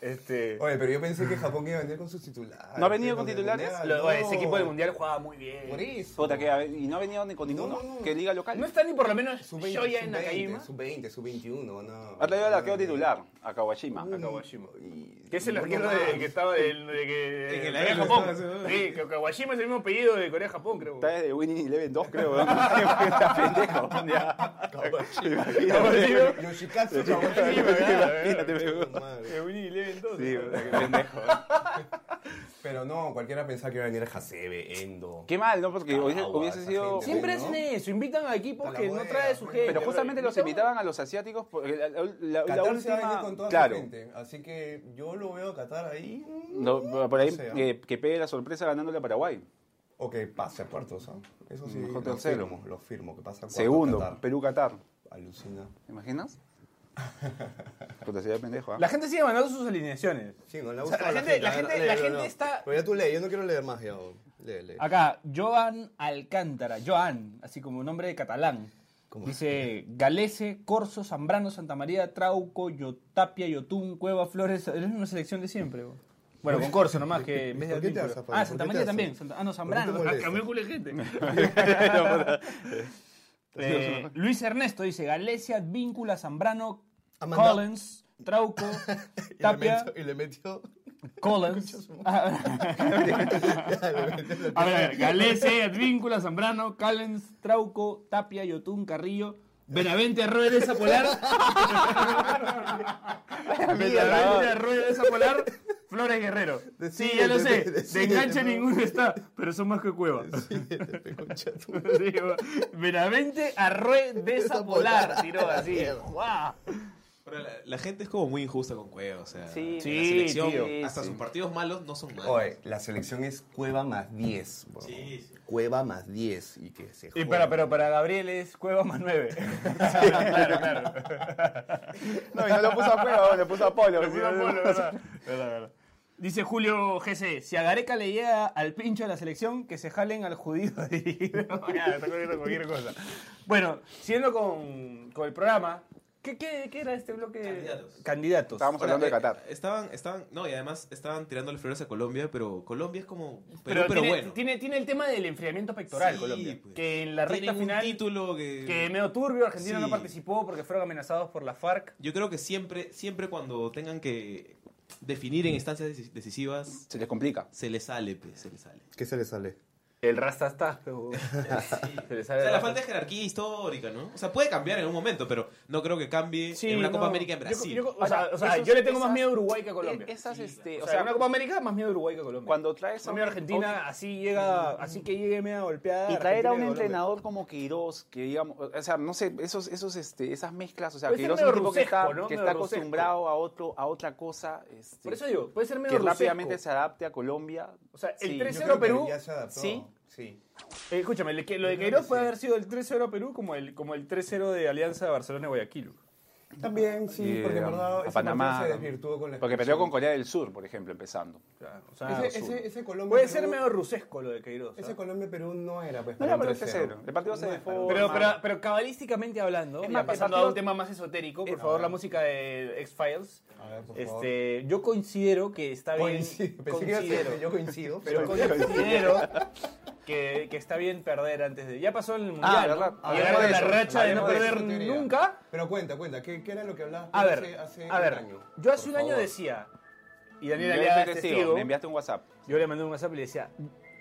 G: Este,
F: Oye, pero yo pensé que Japón iba a venir con sus titulares.
D: ¿No ha venido con
F: el
D: titulares?
F: Mundial,
G: lo-
F: no.
G: oye, ese equipo del Mundial jugaba muy bien.
F: Por eso.
D: Puta, que, a ver, y no ha venido ni con ninguno.
F: No, no, no.
D: Que liga local.
G: No está ni por lo menos
F: Sub 20,
G: Shoya en
F: sub
G: Nakajima.
F: 20, sub 20, sub 21, no.
D: Ha traído al arqueo titular, a Kawashima.
F: Uy,
G: Kawashima.
F: y-
G: Que es el
F: uno
G: arquero
F: más.
G: de, que estaba del- de que-
E: En el
G: Corea
E: aire
G: Japón.
E: estaba ese, ¿no?
G: Sí, que Kawashima es el mismo apellido de Corea Japón, creo.
D: Está desde Winnie Eleven 2, creo. weón. Está pendejo. ya. Imagínate.
G: Kawashima.
F: Yoshikazu
G: Sí,
F: Kawashima.
D: Imagínate, weón.
F: Madre.
G: De Winnie Eleven, entonces.
D: Sí, weón, qué pendejo.
F: Pero no, cualquiera pensaba que iba a venir Hasebe, Endo.
D: Qué mal, ¿no? Porque
F: Ah,
D: hubiese,
F: guau,
D: hubiese
F: esa
D: sido...
F: gente.
G: Siempre
F: ¿no?
G: hacen eso, invitan a equipos
F: Hasta
G: que
F: la
G: no
F: hueva,
G: trae su
F: pues.
G: gente.
D: Pero
F: Pero
D: justamente los invitaban a los asiáticos porque la, la- la- la
F: Qatar se
D: última...
F: va a venir con toda
D: claro,
F: su gente. Así que yo lo veo a Qatar ahí.
D: No, por ahí
F: O sea.
D: que, que pegue la sorpresa ganándole a Paraguay.
F: O que pase a cuartos, ¿ah? Eso sí,
D: Mejor
F: lo
D: tercero.
F: firmo, lo firmo, que pase a cuartos.
D: Segundo,
F: Qatar.
D: Perú-Catar.
F: Alucina.
D: ¿Te imaginas? Puta, sería pendejo, ¿ah?
G: La gente sigue mandando sus alineaciones.
F: Sí, no le
G: sea,
F: gusta
G: la gente- la gente- la gente está-
F: Pero ya tú lees, yo no quiero leer más ya. bo. Lee, lee.
G: Acá, Joan Alcántara, Joan, así como nombre de catalán.
F: ¿Cómo?
G: Dice Galese, Corso, Zambrano, Santa María, Trauco, Yotapia, Yotún, Cueva, Flores. Es la misma selección de siempre. bo. Bueno, con Corso nomás, que en vez de
F: ¿Por qué te
G: Yotún,
F: vas
G: pero-
F: a parar?
G: Ah,
F: ¿Por
G: Santa
F: qué te
G: María
F: vas a-
G: también. Santa- Ah, no, Zambrano.
F: molestas?
G: Ah, cambió el culo de gente. Eh, Luis Ernesto dice Galecia, Víncula, Zambrano,
F: Amanda-
G: Collins, Trauco,
F: Y le
G: Tapia,
F: metió- Y le metió.
G: Collins. Ah, A ver, a ver, Galese, Advíncula, Zambrano, Callens, Trauco, Tapia, Yotun, Carrillo, Benavente, Arroyo de Zapolar. Benavente, Arroyo de Zapolar, Flores Guerrero. Sí, ya lo sé, de enganche ninguno está, pero son más que cueva. Digo, Benavente, Arroyo de Zapolar, tiró así. ¡Guau!
E: Ahora, la, la gente es como muy injusta con Cueva, o sea.
G: Sí.
E: la
G: Sí,
E: selección,
G: tío.
E: hasta sus partidos malos no son malos.
F: Oye, la selección es Cueva más 10. bro.
E: Sí, sí.
F: Cueva más 10. Y que se
G: Y
F: joda.
G: para, pero para Gabriel es Cueva más 9. claro, claro.
I: No, y no lo puso a Cueva, le puso a Polo.
G: Pero fue un Apolo, ¿verdad? Verdad, verdad. Dice Julio GC, si a Gareca le llega al pincho de la selección, que se jalen al judío dirigido. Ya, está corriendo cualquier cosa. Bueno, siguiendo con, con el programa, ¿qué, qué, qué era este bloque?
E: Candidatos. eh,
G: Candidatos.
I: Estábamos hablando
D: eh.
I: de Qatar.
E: Estaban, estaban, no, y además estaban tirándole flores a Colombia, pero Colombia es como Perú,
G: pero
E: pero,
G: tiene,
E: bueno.
G: tiene, tiene el tema del enfriamiento pectoral,
E: Sí,
G: Colombia.
E: pues.
G: Que en la recta
E: Tienen
G: final,
E: un título que,
G: que medio turbio, Argentina
E: Sí.
G: no participó porque fueron amenazados por la FARC.
E: yo creo que siempre, siempre cuando tengan que definir en instancias deci- decisivas,
I: Se les complica.
E: se les sale, pe, se les sale.
F: ¿Qué se le sale?
G: El Rastastá. Se le
E: O
G: sale
E: sea,
G: el
E: la
G: rasta.
E: falta de jerarquía histórica, ¿no? O sea, puede cambiar en algún momento, pero no creo que cambie
G: Sí,
E: en una Copa
G: no.
E: América en
G: Yo-
E: Brasil.
G: yo- o sea, o sea,
I: Esos-
G: yo le tengo más
I: esas-
G: miedo a Uruguay que a Colombia.
I: Esas, este,
G: o sea, una Copa América más miedo a Uruguay que a Colombia.
I: cuando traes
G: Colombia Argentina así llega, así que llegue media golpeada.
I: Y traer
G: Argentina
I: a un
G: y Colombia.
I: entrenador como Queiroz, que digamos, o sea, no sé, esos, esos, este, esas mezclas, o sea,
G: Puede ser
I: Queiroz es un
G: medio
I: tipo que está,
G: rusesco, ¿no?
I: que
G: Medio
I: está
G: rusesco.
I: acostumbrado a, otro, a otra cosa, este,
G: Por eso digo, puede ser medio
I: que rápidamente
G: rusesco.
I: se adapte a Colombia.
G: O sea, el
I: Sí,
G: 3-0 Perú,
F: Sí.
I: Sí.
F: Sí.
G: eh, escúchame, el que- lo de
F: Yo creo
G: Queiroz
F: que
G: puede
F: sí.
G: haber sido el 3-0 Perú como el como el 3-0 de Alianza de Barcelona y Guayaquil.
F: También, sí,
I: Y,
F: porque en
I: um,
F: verdad
I: a
F: ese
I: Panamá,
F: partido se
I: ¿no?
G: um,
F: desvirtuó con la
I: Porque peleó con Corea del Sur, por ejemplo, empezando.
G: Claro, o sea,
F: Ese, ese, ese Colombia.
G: puede ser
F: Perú-
G: medio rusesco lo de Queiroz. ¿ah?
F: Ese Colombia-Perú no era, pues.
I: No era
F: para un
I: para el 3-0. El partido se
F: No era para un
I: deforma.
G: Pero,
F: 3-0.
G: pero, pero cabalísticamente hablando,
I: Es
G: ya
I: más, el
G: pasando a
I: partido-
G: un tema más esotérico, por
I: Eh,
G: favor, la música de X-Files.
F: A ver, Ah, por favor.
G: Este, yo considero que está bien.
F: Coincido. Pensé que iba a ser
G: considero,
F: que yo coincido,
G: pero
F: pero
G: considero que, que está bien perder antes de. Ya pasó en el mundial.
I: Ah,
G: ¿no?
I: verdad.
G: Y ahora
F: Hablemos de
G: la
F: eso,
G: racha de no
F: hablemos de
G: perder
F: eso, teoría.
G: nunca.
F: Pero cuenta, cuenta, ¿qué, qué era lo que hablabas
G: A ver,
F: hace, hace
G: a ver.
F: un año?
G: yo hace
F: Por
G: un año
F: favor.
G: decía. Y Daniel
I: Yo
G: Aliaga
I: soy
G: es testigo.
I: me enviaste un WhatsApp.
G: Yo le mandé un WhatsApp y le decía: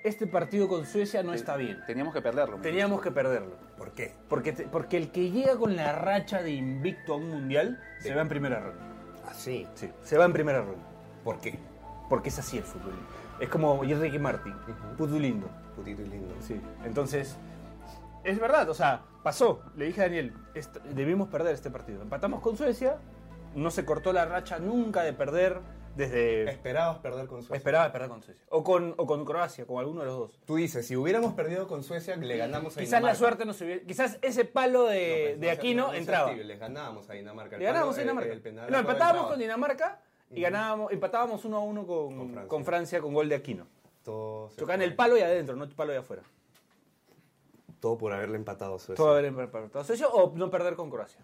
G: Este partido con Suecia no está bien.
I: Teníamos que perderlo. me
G: Teníamos que perderlo.
F: ¿Por qué?
G: Porque, te- porque el que llega con la racha de invicto a un mundial se va en primera ronda.
F: Así.
G: Ah, Sí, se va en primera ronda.
F: ¿Por qué?
G: Porque es así el fútbol. Es como Ricky Martin,
F: Ujú.
G: fútbol lindo.
F: Putito y lindo.
G: Sí. Entonces, es verdad, o sea, pasó. Le dije a Daniel, est- debimos perder este partido. Empatamos con Suecia, no se cortó la racha nunca de perder desde...
F: Esperabas perder con Suecia.
G: Esperaba perder con Suecia. O con, o con Croacia, con alguno de los dos.
F: Tú dices, si hubiéramos perdido con Suecia, le ganamos a
G: Quizás
F: Dinamarca.
G: la suerte no se hubiera... Quizás ese palo de,
F: No,
G: de Aquino
F: no es
G: entraba.
F: factible, Les ganábamos a Dinamarca. El
G: Le ganábamos a
F: palo, eh,
G: Dinamarca.
F: el penal
G: no,
F: acaba
G: empatábamos
F: entrado.
G: con Dinamarca y ganábamos, empatábamos 1 a 1 con,
F: Con Francia.
G: con Francia con gol de Aquino.
F: Todo se
G: Chocaban
F: fue.
G: el palo y adentro, no el palo y afuera.
F: Todo por haberle empatado a Suecia.
G: Todo haber empatado Suecia o no perder con Croacia.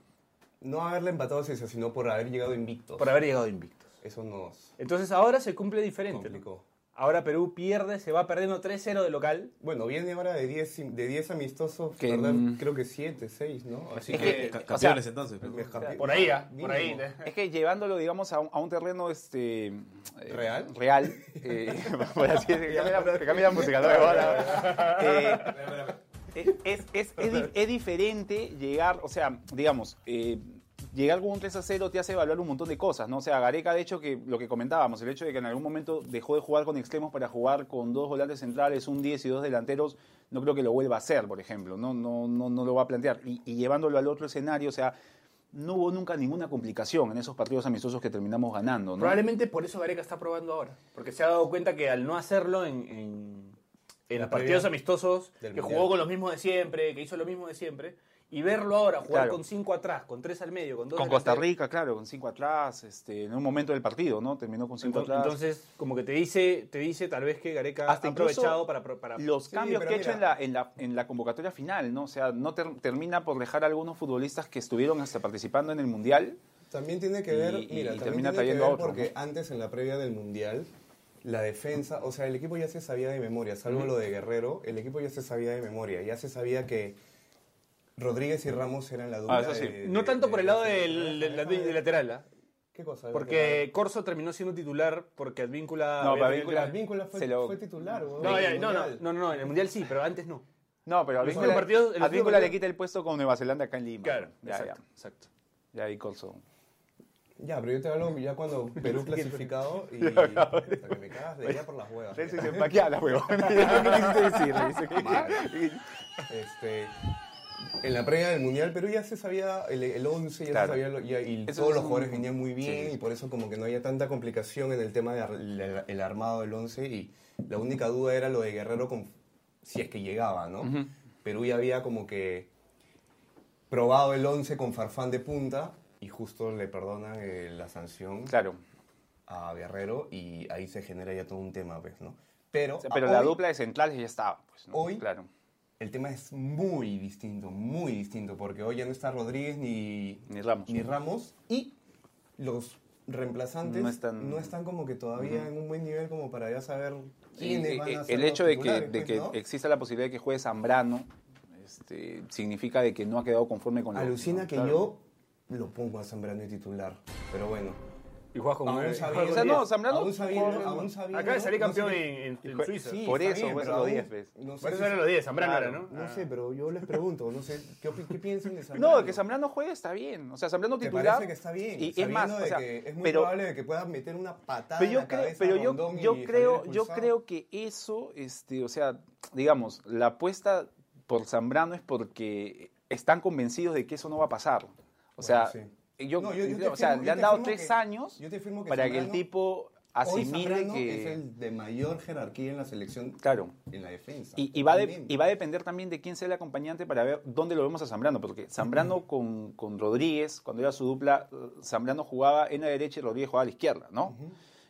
F: No haberle empatado a Suecia, sino por haber llegado invictos.
G: Por haber llegado invictos.
F: Eso nos
G: Entonces ahora se cumple diferente. ¿no?
F: complicó.
G: Ahora Perú pierde, se va perdiendo 3-0 de local.
F: Bueno, viene ahora de 10 de 10 amistosos,
I: Que-
F: perder,
I: mm.
F: creo que 7, 6, ¿no? Así
I: Es
E: Ca-
I: que-
E: Eh, ca-
I: o
E: campeones entonces. pero-
F: me escapé.
G: Por ahí, ¿ah? por ahí.
F: Mínimo.
I: Es que llevándolo, digamos, a un, a un terreno este, eh,
F: ¿Real?
I: Real. eh, por así decirlo. Que cambie la- que cambie la música, no me jodas. Eh, eh, es, es- es di- es diferente llegar, o sea, digamos, eh, llegar con un 3 a 0 te hace evaluar un montón de cosas, ¿no? O sea, Gareca, de hecho, que lo que comentábamos, el hecho de que en algún momento dejó de jugar con extremos para jugar con dos volantes centrales, un 10 y dos delanteros, no creo que lo vuelva a hacer, por ejemplo, no, no, no, no lo va a plantear. Y, y llevándolo al otro escenario, o sea, no hubo nunca ninguna complicación en esos partidos amistosos que terminamos ganando, ¿no?
G: Probablemente por eso Gareca está probando ahora. Porque se ha dado cuenta que al no hacerlo en, en- en
F: La
G: los partidos
F: previa
G: amistosos, que
F: del
G: jugó
F: Mundial.
G: con los mismos de siempre, que hizo lo mismo de siempre, y verlo ahora jugar
I: Claro.
G: con 5 atrás, con 3 al medio, con 2
I: Con Costa Rica, claro, con cinco atrás, este, en un momento del partido, ¿no? Terminó con cinco
G: Entonces,
I: atrás.
G: como que te dice, te dice tal vez que Gareca
I: Hasta
G: ha
I: incluso
G: aprovechado para... pro- para
I: los
F: Sí,
I: cambios
F: pero
I: que ha hecho en
F: mira.
I: la, en, la, en la convocatoria final, ¿no? O sea, no ter- termina por dejar a algunos futbolistas que estuvieron hasta participando en el Mundial.
F: También tiene que ver,
I: Y- y-
F: mira,
I: y
F: también tiene
I: termina
F: que
I: trayendo
F: ver
I: a otro,
F: porque antes en la previa del Mundial, la defensa, o sea, el equipo ya se sabía de memoria, salvo lo de Guerrero, el equipo ya se sabía de memoria, ya se sabía que Rodríguez y Ramos eran la dupla.
I: eso sí.
F: de-
G: Ah, no
F: de-
G: tanto
F: de-
G: por el lado
F: de-
G: del, del- del lateral, ¿ah?
F: ¿Qué cosa?
G: Porque Corso terminó siendo titular porque
F: Ah,
G: Advíncula.
I: No,
G: había
I: pero
G: tenido-
I: Advíncula-
F: Las vínculas fue,
I: se lo-
F: fue titular, weón.
G: No, ya,
F: En el
G: no, no,
F: Mundial.
G: no, no, no, en el Mundial sí, pero antes no.
I: No, pero
G: Los
I: Advíncula,
G: últimos partidos- el último
I: Advíncula
G: partido-
I: le quita el puesto con Nueva Zelanda acá en Lima. ya,
G: exacto, exacto.
I: ya. Ya, y Colson.
F: Ya, pero yo te hablo ya cuando Perú clasificado y. Hasta que me cagas de ella por las huevas.
I: Él se dice, paqueala, huevón. ¿Qué quisiste decir? Le dice.
F: Este, en la previa del Mundial Perú ya se sabía el, el 11, ya
I: Claro.
F: se sabía lo- ya- y
I: Eso
F: todos
I: es
F: los
I: un-
F: jugadores venían muy
I: Sí,
F: bien
I: sí.
F: y por eso como que no había tanta complicación en el tema del armado del 11 y la única duda era lo de Guerrero con, si es que llegaba, ¿no? Perú ya había como que probado el 11 con Farfán de punta y justo le perdonan eh, la sanción
I: Claro.
F: a Guerrero y ahí se genera ya todo un tema, pues, ¿no? Pero,
I: O sea, pero
F: a-
I: la
F: hoy-
I: dupla de centrales ya estaba. Pues, ¿no?
F: Hoy-
I: Claro.
F: el tema es muy distinto, muy distinto, porque hoy ya no está Rodríguez ni,
I: Ni Ramos.
F: ni Ramos, y los reemplazantes
I: No
F: no
I: están-
F: están, como que todavía en un buen nivel como para ya saber quiénes
I: Eh,
F: van
I: eh,
F: a ser
I: el
F: los
I: hecho de que,
F: titulares,
I: de
F: pues,
I: que
F: ¿no?
I: exista la posibilidad de que juegue Zambrano este, significa de que no ha quedado conforme con lo
F: Alucina
I: ¿no?
F: que
I: Claro.
F: yo lo pongo a Zambrano de titular, pero bueno.
G: Y juegas con
F: Aún
G: nueve-
F: sabiendo,
I: Ah, eh, O sea, no, Zambrano-
F: aún sabiendo, aún sabiendo-
G: Acaba de salir
F: no
G: campeón
F: sé-
G: en, en- en
I: Jue-
G: Suiza.
F: Sí,
I: Por
F: está
I: eso,
F: bien,
I: por
F: pero
I: eso los
F: aún-
I: 10 veces.
F: no sé
G: Por
F: si-
G: eso eran los 10, Zambrano
I: Claro,
G: era, ¿no?
F: No sé, pero yo les pregunto, no sé, ¿qué, opi- qué piensan de Zambrano?
I: No, que Zambrano juegue está bien. O sea, Zambrano
F: ¿Te
I: titular.
F: parece que está bien?
I: Y es
F: sabiendo
I: más, o
F: de
I: sea,
F: que es muy
I: pero,
F: probable de que puedas meter una patada
I: pero
F: en
I: yo
F: la
I: creo,
F: cabeza
I: pero
F: a
I: yo,
F: Rondón y
I: yo
F: salir
I: creo, yo
F: expulsado.
I: creo que eso, este, o sea, digamos, la apuesta por Zambrano es porque están convencidos de que eso no va a pasar. O sea,
F: Bueno,
I: yo,
F: No, yo- yo te
I: o sea,
F: firmo-
I: le
F: yo
I: han
F: te
I: dado
F: firmo
I: tres
F: que-
I: años
F: yo te firmo que
I: para que el
F: Zambrano-
I: tipo
F: Hoy
I: asimile
F: Zambrano
I: que
F: es el de mayor jerarquía en la selección,
I: claro.
F: en la defensa.
I: Y, y va a de-
F: Totalmente.
I: y va a depender también de quién sea el acompañante para ver dónde lo vemos a Zambrano, porque Zambrano con, con Rodríguez, cuando era su dupla, eh, Zambrano jugaba en la derecha y Rodríguez jugaba a la izquierda, ¿no?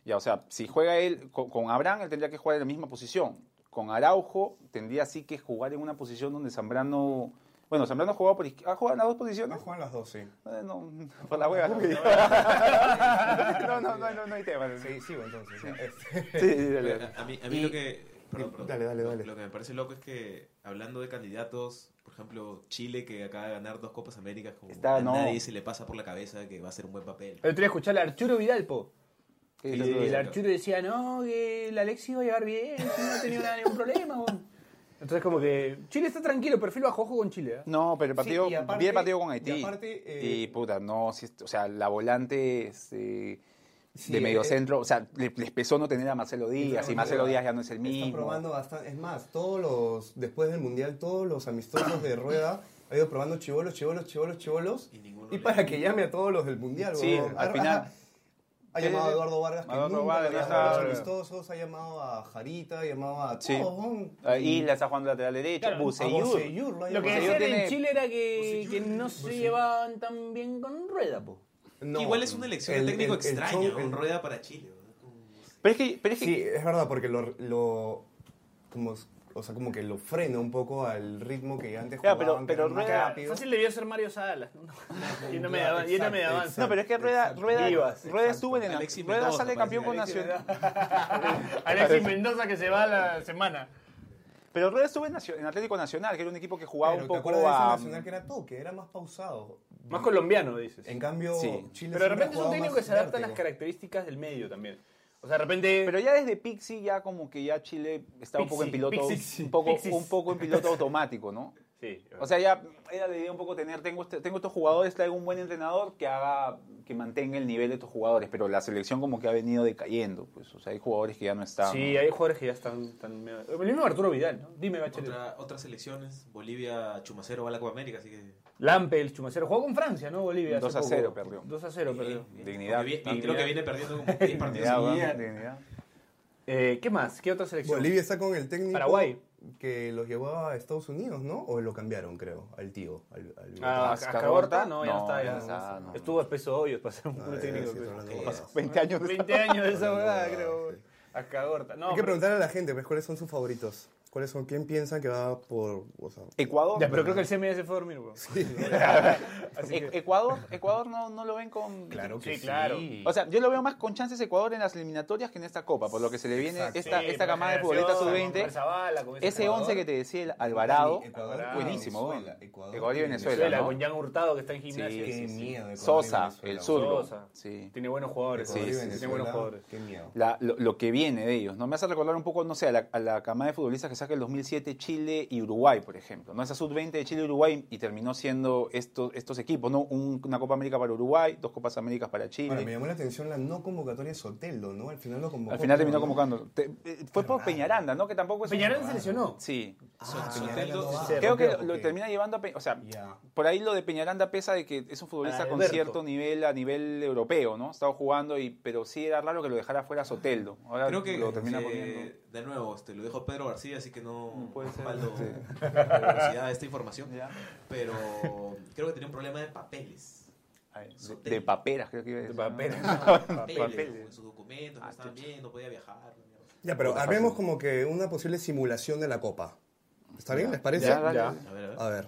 I: Ya, o sea, si juega él con, con Abraham, él tendría que jugar en la misma posición. Con Araujo tendría así que jugar en una posición donde Zambrano... Bueno, Zambrano jugaba por izquierda. ¿Ha jugado en las dos posiciones?
F: No juegan las dos, sí.
I: Eh, No, por la hueva. No, no, no, no, no, hay tema.
F: Sí, sigo entonces. ya, este.
I: Sí, sí, dale.
E: A mí, a mí lo que. perdón, perdón.
F: Dale, dale, dale.
E: Lo que me parece loco es que, hablando de candidatos, por ejemplo, Chile, que acaba de ganar dos Copas Américas, como
I: Está,
E: a
I: no.
E: nadie se le pasa por la cabeza que va a hacer un buen papel.
G: El otro día escuché al Arturo Vidalpo.
I: ¿Qué
G: Y
I: dices tú de
G: el
I: eso?
G: Arturo decía, no, que el Alexis iba a llegar bien, que no ha tenido nada, ningún problema. weón". Entonces, como que Chile está tranquilo, perfil bajo ojo con Chile. ¿ah?
I: No, pero el
F: Sí,
I: partido,
F: y aparte-
I: vi el partido con
F: y
I: Haití. Y,
F: aparte, eh,
I: puta, no, sí, o sea, la volante este,
F: Sí,
I: de
F: eh,
I: mediocentro, o sea, le- les pesó no tener a Marcelo Díaz,
F: Está
I: y Marcelo
F: probando-
I: Díaz ya no es el
F: Están
I: mismo.
F: probando bastante. Es más, todos los. Después del mundial, todos los amistosos de rueda han ido probando chivolos, chivolos, chivolos, chivolos.
E: Y
F: Y,
E: ninguno le-
F: para que llame a todos los del mundial,
I: Sí,
F: huevón.
I: al
F: Ha-
I: final-
F: Ha, ha
I: Sí,
F: llamado
I: sí,
F: a
I: sí.
F: Eduardo Vargas, que
I: Eh, Eduardo
F: nunca
I: Vargas,
F: lo ha
I: ya
F: llamado a los
I: está.
F: amistosos, ha llamado a Jarita, ha llamado a
I: Sí.
F: todos, huevón.
I: Ah, Isla está jugando lateral derecho,
G: Claro, a
F: A
I: Buceyur.
F: Boseyur lo ha
G: Lo que
F: llamado.
G: decían
I: tiene-
G: en Chile era que, que no se llevaban tan bien con Rueda, po.
F: No,
E: Igual es una elección
F: el-
E: de técnico
F: el- el
E: extraña,
F: show-
E: en
F: el-
E: rueda para Chile. ¿no?
I: Pero es que, pero es que
F: Sí, es verdad, porque lo, lo- como, o sea, como que lo frena un poco al ritmo que antes
I: Ya,
F: jugaban,
I: pero-
F: que
I: pero
F: era más
I: Rueda-
F: rápido.
G: Fácil debió ser Mario Salas. ¿no? Yéndome de avan- yéndome de
F: Exacto,
G: avance.
I: no, pero es que Rueda,
F: Exacto.
I: Rueda,
G: Vivas,
I: Rueda estuvo en el-
E: Alexis
I: Rueda
E: Mendoza,
I: sale
F: pues,
E: parece
I: campeón con
E: Alexis
I: Nacional.
G: Alexis Mendoza que se va a la semana.
I: Pero Rueda estuvo en, Nacio- en Atlético Nacional, que era un equipo que jugaba
F: Pero ¿te
I: un poco
F: acuerdas de ese
I: a.
F: Nacional que era toque, era más pausado.
G: Más colombiano, dices.
F: En cambio,
I: Sí.
F: Chile
G: Pero de
F: siempre
G: repente es un
F: jugaba
G: técnico
F: más
G: que se adapta a las
F: vértigo.
G: características del medio también. O sea, de repente.
I: Pero ya desde Pixi ya como que ya Chile estaba un poco en
G: Pixi,
I: piloto,
G: Pixi,
I: un poco,
G: Pixis.
I: un poco en piloto automático, ¿no?
G: sí,
I: O sea, ya era la idea un poco tener, tengo, este- tengo estos jugadores, traigo un buen entrenador que haga, que mantenga el nivel de estos jugadores, pero la selección como que ha venido decayendo, pues, o sea, hay jugadores que ya no están.
G: sí, hay jugadores que ya están. tan medio- El mismo Arturo Vidal, ¿no? Dime, Bachelet.
E: Otra- otras selecciones, Bolivia, Chumacero va a la Copa América, así que.
G: Lampe, el Chumacero. Jugó con Francia, ¿no? Bolivia. hace
I: 2 a
G: poco.
I: 0 perdió.
G: 2 a 0 perdió.
E: Bien, bien.
I: Dignidad.
E: Porque vi- y creo que viene perdiendo como 10 partidos.
I: Dignidad,
E: seguidos.
I: ¿verdad? Ah, Dignidad.
G: Eh, ¿Qué más? ¿Qué otra selección?
F: Bolivia está con el técnico
G: Paraguay.
F: que los llevó a Estados Unidos, ¿no? O lo cambiaron, creo, al tío. Al, al-
G: Ah,
I: Asca
G: Asca
I: Horta.
G: Horta, no, ya no está. Ya
I: No,
G: no
I: ya
G: está,
I: está, no.
G: Estuvo espeso hoyos para ser un
F: Ah, ya,
G: técnico.
F: sí,
G: pues.
F: estoy hablando de
E: ¿Qué
F: huevadas.
I: 20 años.
G: 20 años de esa
F: Hablando
G: verdad,
F: huevadas,
G: creo. Asca Horta. No,
F: Hay que
G: pero-
F: preguntarle a la gente, pues, ¿cuáles son sus favoritos? ¿Cuáles son? ¿Quién piensan que va por.? o sea,
I: Ecuador.
G: Ya, pero creo que el CMS fue a dormir, weón. Así
I: E-
G: que-
I: Ecuador, Ecuador no, no lo ven con.
F: claro que sí.
G: Sí, claro.
I: O sea, yo lo veo más con chances Ecuador en las eliminatorias que en esta copa, por lo que se le viene
F: Exacto.
I: esta,
G: Sí,
I: esta
G: con
I: camada de
G: Generación,
I: futbolistas
G: con
I: sub-20.
G: Marzabala, con
I: Ese
G: jugador.
I: 11 que te decía el Alvarado,
F: Ecuador,
I: buenísimo.
F: Venezuela,
I: weón.
F: Ecuador
I: Ecuador, y
F: y
I: Venezuela.
G: Venezuela,
I: ¿no?
G: con Jan Hurtado que está en gimnasia.
F: Qué
I: Sí, sí.
F: miedo. Ecuador y
I: Sosa,
F: Venezuela,
I: el
F: weón.
I: zurdo.
G: Sosa.
I: Sí.
G: Tiene buenos jugadores.
F: Ecuador y
I: Sí, sí,
G: tiene buenos
F: Venezuela,
G: jugadores.
F: Qué miedo.
I: La- lo, lo que viene de ellos, ¿no? Me hace recordar un poco, no sé, a la, a la camada de futbolistas que saca el 2007 Chile y Uruguay, por ejemplo, ¿no? Esa sub-20 de Chile y Uruguay y terminó siendo estos, estos equipos, ¿no? Un- una Copa América para Uruguay, dos Copas Américas para Chile.
F: Ahora, me llamó la atención la no convocatoria de Soteldo, ¿no? Al final lo convocó.
I: Al final terminó
F: ¿no?
I: convocando. Te- eh, fue por
F: raro.
I: Peñaranda, ¿no? Que tampoco es. un-
G: Peñaranda se lesionó.
I: Sí.
F: Ah,
E: Soteldo-
F: Soteldo va.
G: Se
I: Creo que
G: rompió,
I: lo, lo
F: ok.
I: termina llevando a. Pe- O sea,
F: Ya.
I: por ahí lo de Peñaranda pesa de que es un futbolista con
G: Alberto.
I: cierto nivel a nivel europeo, ¿no? Estaba jugando, y, pero sí era raro que lo dejara fuera Soteldo. Ahora
E: Creo que
I: lo termina
E: eh,
I: poniendo.
E: de nuevo, este, lo dejo Pedro García, así que no
I: Puede ser,
E: respaldo
I: sí.
E: la velocidad de esta información. Pero creo que tenía un problema de papeles.
F: Ah,
I: De, de paperas, creo que iba a
G: De
I: decir, ¿no?
G: papel.
E: Papeles,
G: Papeles.
E: en sus documentos, no estaban bien, no podía viajar. la mierda.
F: Ya, pero
I: Puta
F: hablemos
I: fácil.
F: como que una posible simulación de la copa. ¿Está bien? ¿Les parece?
I: Ya, dale.
G: Ya.
E: A ver, a ver.
F: A ver.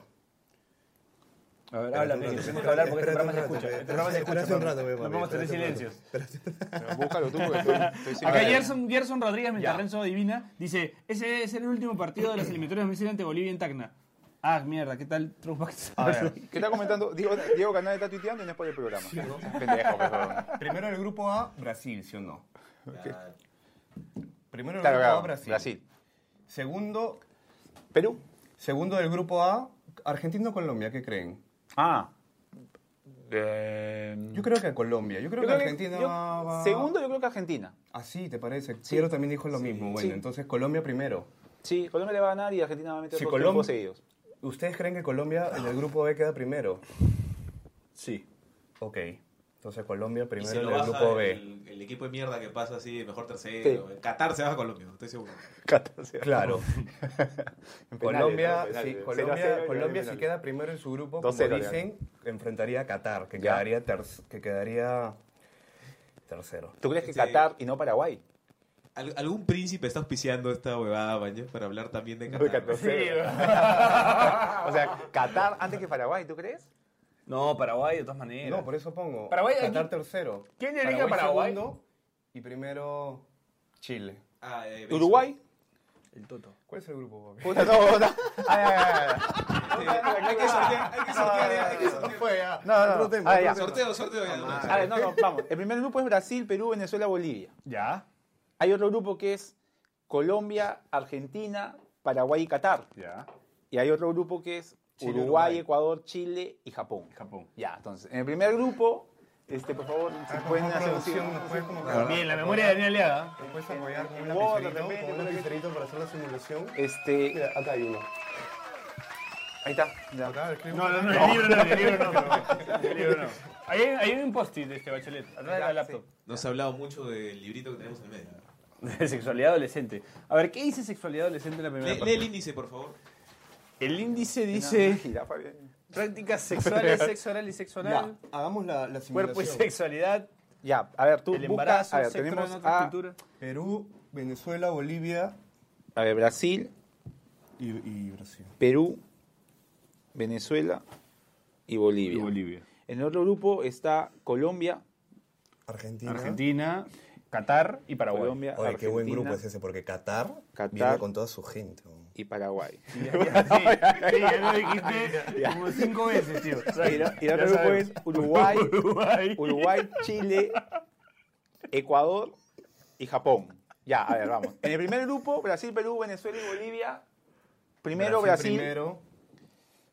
G: A ver, habla, Peña, tenemos que hablar porque este programa se escucha. Este programa se escucha.
F: Espérate un rato,
G: mami.
F: mami,
G: No vamos a tener
F: espérate un rato.
G: silencios.
I: Búscalo tú, porque estoy- estoy sin
G: Acá
I: idea.
G: Gerson, Gerson Rodríguez, mientras Renzo adivina, dice, ese es el último partido de las eliminatorias de Messi ante Bolivia en Tacna. Ah, mierda, ¿qué tal Trump?
I: A ver, ¿Qué está comentando? Diego, Diego Canal está tuiteando y no es por el programa. Pendejo, perdón.
F: Primero el grupo A, Brasil, ¿sí o no?
E: Ya,
F: Primero el
I: Claro,
F: grupo A,
I: claro.
F: Brasil.
I: Brasil.
F: Segundo,
I: Perú.
F: segundo del grupo A, Argentina o Colombia, ¿qué creen?
I: Ah.
F: Yo creo que Colombia. Yo creo que Argentina va, va-
I: Segundo, yo creo que Argentina.
F: Así, ¿te parece? Piero también dijo lo mismo. Bueno,
I: Sí.
F: entonces Colombia primero.
I: Sí, Colombia le va a ganar y Argentina va a meter
F: Si
I: dos
F: Colom-
I: triunfos seguidos.
F: ¿Ustedes creen que Colombia en el grupo B queda primero?
G: Sí.
F: Ok. Entonces Colombia
E: Y
F: primero
E: se
F: en
E: lo
F: el
E: baja
F: grupo B.
E: el, el equipo de mierda que pasa así, mejor tercero.
I: Sí.
E: En Qatar se baja Colombia, estoy seguro.
F: Claro.
I: En penales,
F: Colombia,
I: ¿no? En penales.
F: sí,
I: Cero a
F: Colombia,
I: cero y en
F: Colombia si
I: penales.
F: queda primero en su grupo, como
I: 2-0 le
F: dicen, enfrentaría a Qatar, que
I: Ya.
F: quedaría, ter- que quedaría tercero.
I: ¿Tú crees que
E: Sí.
I: Qatar y no Paraguay?
E: Al- algún príncipe está auspiciando esta huevada, mañe, para hablar también de
I: De
E: Qatar.
I: Qatar, sí. o sea, Qatar antes que Paraguay, ¿tú crees?
G: No, Paraguay de todas maneras.
F: No, por eso pongo
G: Paraguay aquí-
F: Qatar tercero.
G: ¿Quién elige a Paraguay?
F: segundo y primero Chile.
E: Ah, eh,
I: ¿Uruguay?
G: El Toto.
F: ¿Cuál es el grupo, papi?
I: Puta, no, puta. Ay, ay, ay, ay.
E: Hay que sortear, hay que sortear, ya, hay que
F: No
E: sortear.
F: fue, ah.
I: No, no,
F: Otro
I: no.
F: tema,
I: Ah,
F: otro
I: ya.
F: tema.
E: Sorteo, sorteo. ya, no.
I: A ver, no, no, vamos. El primer grupo es Brasil, Perú, Venezuela, Bolivia.
G: Ya.
I: Hay otro grupo que es Colombia, Argentina, Paraguay y Qatar.
G: Ya.
I: Y hay otro grupo que es
F: Chile,
I: Uruguay,
F: Uruguay.
I: Ecuador, Chile y Japón.
G: Japón.
I: Ya, entonces, en el primer grupo, este, por favor, si
F: Ah,
I: pueden
F: como
I: hacer un
F: producción,
I: signo.
F: nos puedes como que-
G: Bien, la memoria de Daniel Leaga.
F: ¿Me puedes apoyar con un
I: Wow, de
F: lapicerito?
I: repente,
F: Con un
I: pero que-
F: lapicerito para hacer la simulación.
I: Este,
F: Mira, acá hay uno.
I: ahí está. ya.
F: Acá escribo.
G: No, no, no, el libro no, el libro no. El libro no. Ahí hay, ahí hay un post-it de este bachelet, atrás de la laptop.
E: Nos ha hablado mucho del librito que tenemos en medio.
G: De sexualidad adolescente. A ver, ¿qué dice sexualidad adolescente en la primera
E: Lee,
G: parte?
E: lee el índice, por favor.
G: El índice
I: Una
G: dice
I: jirafa bien.
G: prácticas sexuales, sexo oral y sexo
F: Ya,
G: anal,
F: hagamos la, la
G: cuerpo y
F: simulación.
G: sexualidad,
I: Ya, a ver, tú
G: el
I: busca-
G: embarazo,
I: a ver,
G: sexo
I: tenemos
G: en otras
I: a,
G: culturas.
F: Perú, Venezuela, Bolivia
I: a ver, Brasil,
F: y, y Brasil.
I: Perú, Venezuela y Bolivia. En el otro grupo está Colombia,
F: Argentina.
G: Argentina, Qatar y Paraguay.
I: Colombia,
F: Oye, qué buen
I: Argentina
F: grupo es ese, porque Qatar,
I: Qatar.
F: viene con toda su gente. ¿no?
I: y Paraguay.
G: Sí, sí, ya lo dijiste como cinco veces, tío.
I: Y el y el
G: Ya
I: otro grupo
G: sabemos.
I: es Uruguay,
G: Uruguay.
I: Uruguay, Chile, Ecuador y Japón. Ya, a ver, vamos. En el primer grupo, Brasil, Perú, Venezuela y Bolivia. Primero Brasil,
F: Primero.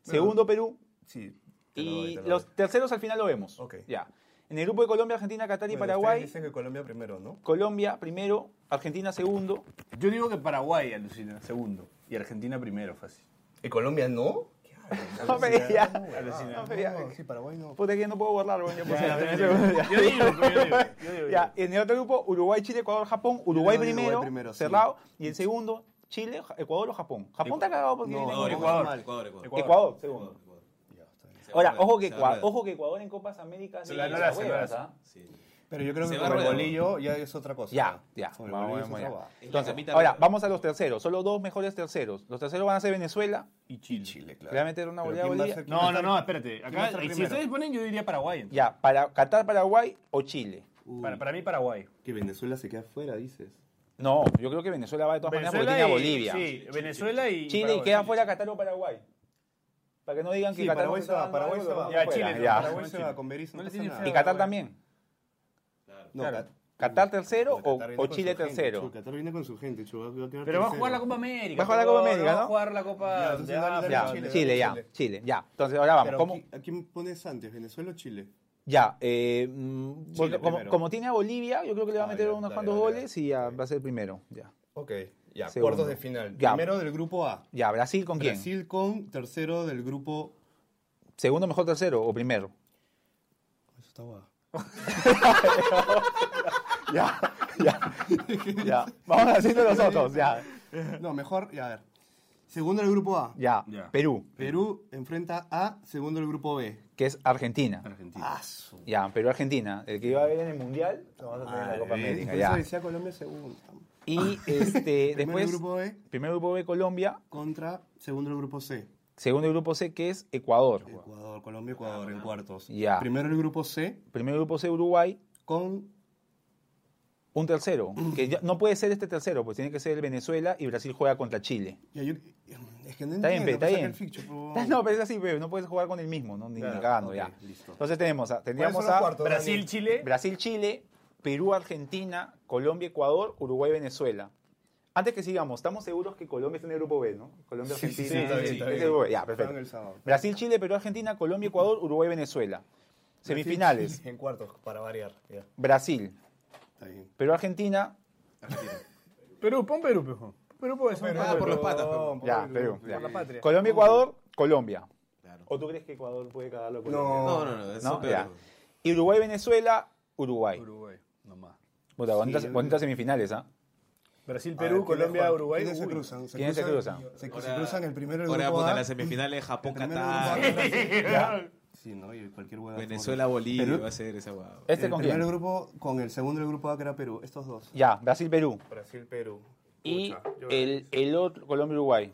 I: segundo Perú.
F: Sí. te lo doy,
I: Y
F: te lo
I: los
F: doy.
I: terceros al final lo vemos.
F: Ok.
I: Ya. En el grupo de Colombia, Argentina, Qatar y
F: Bueno, ustedes
I: Paraguay.
F: Dicen que Colombia primero, ¿no?
I: Colombia primero, Argentina segundo.
G: Yo digo que Paraguay alucina segundo y Argentina primero, fácil.
F: ¿Y Colombia no?
I: No me digas.
F: Alucinante.
I: No me digas.
F: Sí, Ah, Paraguay no.
I: Puta que no puedo guardarlo. weón, yo puse-
G: Yo digo, pues, yo digo, yo digo.
I: Ya, en el otro grupo, Uruguay, Chile, Ecuador, Japón. Uruguay
F: Yo digo
I: primero,
F: Uruguay primero, sí.
I: cerrado. Y el segundo, Chile, Ja- Ecuador o Japón. Japón está cagado porque...
F: No,
E: Ecuador,
I: Ecuador,
E: Ecuador,
G: Ecuador.
E: Ecuador,
G: Ecuador.
E: Ecuador.
I: segundo.
E: Ecuador.
I: Ahora, ojo que,
E: Se
I: Ecua-
E: abre.
I: ojo que Ecuador en Copas Américas
G: Se la anula, se la anula.
I: huevas, ¿ah?
E: Sí.
F: Pero yo creo
E: Se
F: que
E: va
F: con el
E: rueda.
F: bolillo ya es otra cosa.
I: Ya, ya.
F: Con el
I: Vamos,
F: bolillo es
I: vamos
F: otra
I: ya.
F: huevada.
I: Entonces,
E: La mitad
I: ahora,
E: de-
I: vamos a los terceros. Solo dos mejores terceros. Los terceros van a ser Venezuela.
F: Y Chile. Chile, claro.
I: Le va a meter una
F: Pero
I: goleada a
F: ¿quién va a
I: Bolivia.
F: ser- quién va
G: No,
F: a
G: no,
F: ser-
G: no, espérate.
F: ¿Quién va a
G: Acá,
F: ser
G: si
F: primero?
G: ustedes ponen, yo diría Paraguay. entonces.
I: Ya, para Qatar, Paraguay o Chile.
G: Para, para mí, Paraguay.
F: Que Venezuela se queda fuera, dices.
I: No, yo creo que Venezuela va de todas maneras porque tiene a Bolivia.
G: Sí, Venezuela y.
I: Chile y
G: Paraguay.
I: quedan fuera Qatar o Paraguay. Para que no digan que
F: Sí,
I: Qatar
F: Paraguay
I: no
F: se va,
I: está
F: Paraguay
I: dando
F: se va.
I: algo,
G: Ya,
I: fuera.
G: Chile,
I: Ya.
F: Paraguay se
G: Chile.
F: va con Berizzo, no,
G: No le
F: pasa
G: tiene
F: nada.
G: fe.
I: Y Qatar
G: Paraguay.
I: también.
F: No,
I: Claro.
F: Cat-
I: Qatar tercero
F: Porque
I: o,
F: Qatar viene
I: o
F: con
I: Chile
F: su gente,
I: tercero.
F: chu, Qatar viene con su gente, chu, va- va a quedar
G: Pero va a
F: tercero.
G: jugar la Copa América.
I: Va a jugar la Copa
G: pero
I: América,
G: Va
I: ¿no?
G: a jugar la Copa.
F: Ya,
G: de
F: entonces dale,
G: África.
I: Ya,
F: Chile,
I: Chile,
F: Chile.
I: ya, Chile, ya. Entonces ahora vamos.
F: Pero
I: ¿Cómo?
F: ¿qui- ¿A quién pones antes, Venezuela o Chile?
I: Ya, eh, mm,
F: Chile
I: porque como,
F: primero.
I: como tiene a Bolivia, yo creo que le va a
F: Ah,
I: meter
F: ya,
I: unos
F: dale,
I: cuantos
F: dale,
I: goles y ya
F: dale.
I: va a ser primero. Ya,
F: Ok, ya,
I: Segundo.
F: cuartos de final.
I: Ya.
F: Primero del grupo A.
I: ya Brasil con quién?
F: Brasil con tercero del grupo.
I: Segundo mejor tercero o primero.
F: Eso está guau.
I: Ya, ya, ya. Vamos haciendo los otros, ya,
F: No, mejor, ya a ver. Segundo del grupo A.
I: ya.
G: Ya.
I: Perú,
F: Perú enfrenta a segundo del grupo B.
I: que es Argentina.
G: Argentina.
F: Ah, su
I: Ya, Perú-Argentina. El que iba a ver en el Mundial, lo vamos a tener en la
F: madre,
I: Copa
F: ¿ves?
I: América.
F: Por
I: ya.
F: eso decía Colombia segundo.
I: Y este,
F: Primero del
I: después,
F: grupo B
I: primer grupo B, Colombia.
F: contra segundo del grupo C.
I: Segundo grupo C, que es Ecuador. Ah.
F: Ecuador, Colombia, Ecuador en cuartos.
I: Ya.
F: Primero el grupo C
I: Primer grupo C, Uruguay.
F: con
I: Un tercero.
F: Mm.
I: Que ya- no puede ser este tercero, pues tiene que ser el Venezuela y Brasil juega contra Chile.
F: Ya, yo- es que no
I: Está bien,
F: entiendo.
I: pe,
F: pues,
I: está
F: saca
I: bien.
F: el fixture, por favor.
I: No, pero es así, pero no puedes jugar con el mismo, ¿no? ni, ni
F: Claro,
I: cagando,
F: ok,
I: ya.
F: listo.
I: Entonces tenemos a,
F: ¿Cuáles son
I: tendríamos
F: los
I: a
F: cuartos,
G: Brasil,
F: Dani?
G: Chile.
I: Brasil, Chile, Perú, Argentina, Colombia, Ecuador, Uruguay, Venezuela. Antes que sigamos, estamos seguros que Colombia está en el grupo B, ¿no? Colombia,
F: Sí, sí,
I: Argentina.
F: sí, está bien,
I: sí,
F: está
I: es el
F: bien.
I: grupo B. Ya,
F: Juegan
I: perfecto.
F: el sábado.
I: Brasil, Chile, Perú, Argentina, Colombia, Ecuador, Uruguay, Venezuela. Semifinales.
F: En cuartos, para variar. ya.
I: Brasil,
F: Está bien.
I: Perú, Argentina.
G: Perú, pon Perú, pejo. Perú puede ser.
E: Ah, por los patas.
F: No,
E: pero-
F: por
I: Ya,
F: el-
I: Perú.
F: por
I: ya.
F: la patria.
I: Colombia, Ecuador, Colombia.
E: Claro.
I: ¿O tú crees que Ecuador puede cagarlo? con Colombia?
E: No,
F: No,
E: no, no. Eso
I: ¿No?
E: peor.
I: Ya. Y Uruguay, Venezuela, Uruguay.
G: Uruguay, nomás.
I: Puta, bonitas,
F: Sí, yo-
I: bonitas semifinales, ¿ah?
G: Brasil,
F: A ver,
G: Perú,
F: ¿quiénes
G: Colombia,
F: juegan?
G: Uruguay.
F: ¿Quiénes se
G: Uy.
F: cruzan? Se
I: ¿Quiénes se
F: cruzan,
I: cruzan?
F: se,
E: Ahora-
F: se cruzan el primero del
E: Ahora
F: grupo
E: puta,
F: A.
E: las semifinales
F: el
E: Japón,
F: primero
E: Qatar,
F: del grupo A.
I: Ya.
F: Sí, no, y cualquier hueá.
E: Venezuela, Bolivia,
F: Perú-
E: va a ser esa guada.
I: ¿Este
F: el
I: con
F: primer
I: quién?
F: grupo con el segundo del grupo A que era Perú, estos dos.
I: Ya, Brasil, Perú.
F: Brasil, Perú.
I: Y el, el otro, Colombia, Uruguay.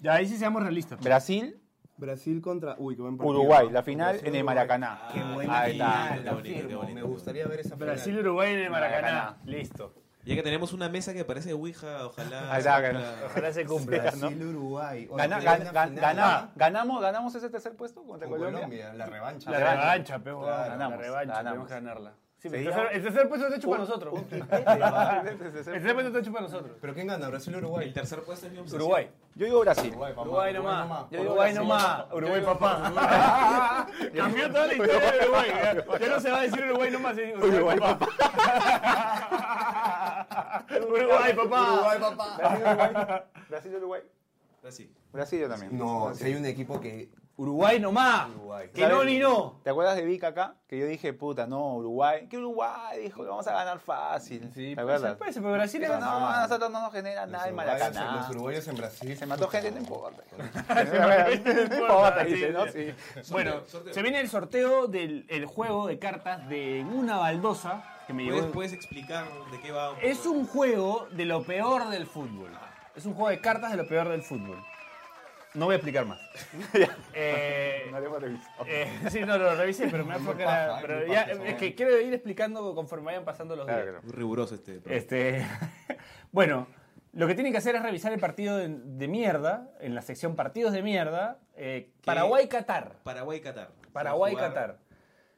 G: Ya, ahí sí seamos realistas.
I: Brasil,
F: Brasil contra Uy, qué buen partido.
I: Uruguay. La final
F: Brasil,
I: en el
F: Uruguay.
I: Maracaná.
F: Qué buena
I: Ahí está.
F: final, la
E: Bonito,
F: firmo.
E: bonito.
F: Me gustaría ver esa final.
G: Brasil, Uruguay en el Maracaná.
I: Maracaná.
G: Listo.
E: Ya que tenemos una mesa que parece Ouija, ojalá.
I: Ahí está,
E: ojalá-
I: claro.
G: Ojalá se cumpla.
F: Brasil, Uruguay. Oye,
I: Gana-
F: qué
I: gan-
F: buena
I: gan-
F: final.
I: gana- ganamos, ganamos ese tercer puesto contra
F: Con
I: Colombia.
F: Colombia, la revancha.
G: La revancha, pejo.
F: Claro,
G: la
I: ganamos,
G: revancha,
I: ganamos.
G: tenemos que ganarla. Sí, pero
I: Sí,
G: el, tercer,
I: ya.
G: el tercer puesto está hecho
I: Un-
G: para nosotros.
I: un
G: El
I: triplete, va.
G: tercer puesto está hecho para nosotros.
F: ¿Pero quién gana? ¿Brasil o
E: El
F: Uruguay?
E: tercer puesto es mi obsesión.
G: Uruguay.
I: Yo digo Brasil.
G: Uruguay nomás.
I: Yo digo
G: Uruguay
I: Brasil.
G: nomás. Uruguay papá. Cambió toda la historia de Uruguay. Ya- Ya no se va a decir Uruguay nomás. se dice Uruguay papá. Uruguay papá.
F: Uruguay, papá.
I: Brasil, Uruguay. Brasil, Uruguay.
E: Así.
I: Brasil, yo también.
F: No, si hay un equipo que.
G: Uruguay nomás.
F: Uruguay.
G: Que no ni no.
I: ¿Te acuerdas de Vic acá? Que yo dije, puta, no, Uruguay. ¿Qué Uruguay? Dijo, lo vamos a ganar fácil. ¿Te acuerdas?
G: Puede ser, pero Brasil es
I: Pero
G: ganado.
I: no, a nosotros no nos genera
F: Los
I: nada el
F: uruguayos-
I: Maracaná.
F: Los uruguayos en Brasil.
I: Se mató gente, no importa.
G: No
I: No importa, dice, ¿no? Sí.
G: Bueno,
E: sorteo.
G: se viene el sorteo del el juego de cartas de una baldosa que me
E: ¿Puedes,
G: llegó.
E: puedes explicar de qué va?
G: Es un juego de lo peor del fútbol. Es un juego de cartas de lo peor del fútbol. No voy a explicar más. Eh,
I: No le hemos revisado.
G: eh, sí, no, lo revisé, pero me da poca la-
F: paja,
G: pero
F: es muy
G: ya-
F: paja esa
G: Es que quiero ir explicando conforme vayan pasando los días.
I: Claro que no.
E: Muy riguroso este. programa.
G: Este, bueno, lo que tienen que hacer es revisar el partido de, de mierda, en la sección partidos de mierda, eh, Paraguay-Catar.
E: Paraguay-Catar. Se va a jugar-
G: Paraguay-Catar.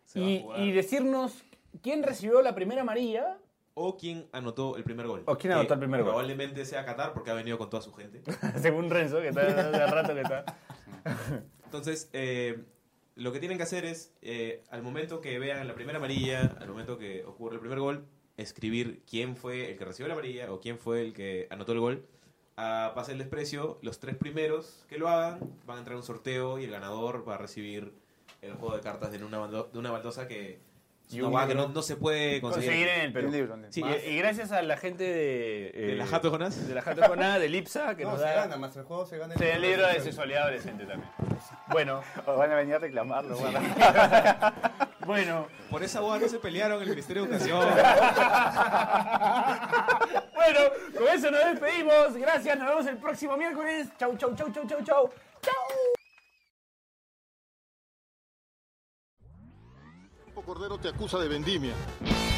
E: se va a
G: Y,
E: jugar.
G: y decirnos quién recibió la primera amarilla.
E: O quién anotó el primer gol.
G: O quién anotó el primer gol.
E: Probablemente sea Qatar porque ha venido con toda su gente.
G: Según Renzo, que está hace rato que está.
E: Entonces, eh, lo que tienen que hacer es, eh, al momento que vean la primera amarilla, al momento que ocurre el primer gol, escribir quién fue el que recibió la amarilla o quién fue el que anotó el gol. A pase el desprecio, los tres primeros que lo hagan van a entrar a un sorteo y el ganador va a recibir el juego de cartas de una, bando- de una baldosa que, es
I: Y
E: una
I: un
E: guada que
I: libro.
E: no, no se puede conseguir.
G: Conseguir en el
I: Un
G: Perú. Ah,
I: libro, un libro.
E: Sí, eh,
G: Y, y gracias a la gente de. eh,
E: ¿De la Jato, Jonás?
G: De la Jato Jonás, de Lipsa, que
F: No,
G: nos
F: se
G: da.
F: gana, más el juego se gana.
G: Sí, el libro de sexualidad adolescente también. Bueno,
I: O Van a venir a reclamarlo. van a-
G: Bueno,
E: Por esa hueá no se pelearon el Ministerio de Educación.
G: bueno, con eso nos despedimos. Gracias, nos vemos el próximo miércoles. Chau, chau, chau, chau, chau, chau.
B: Cordero te acusa de vendimia.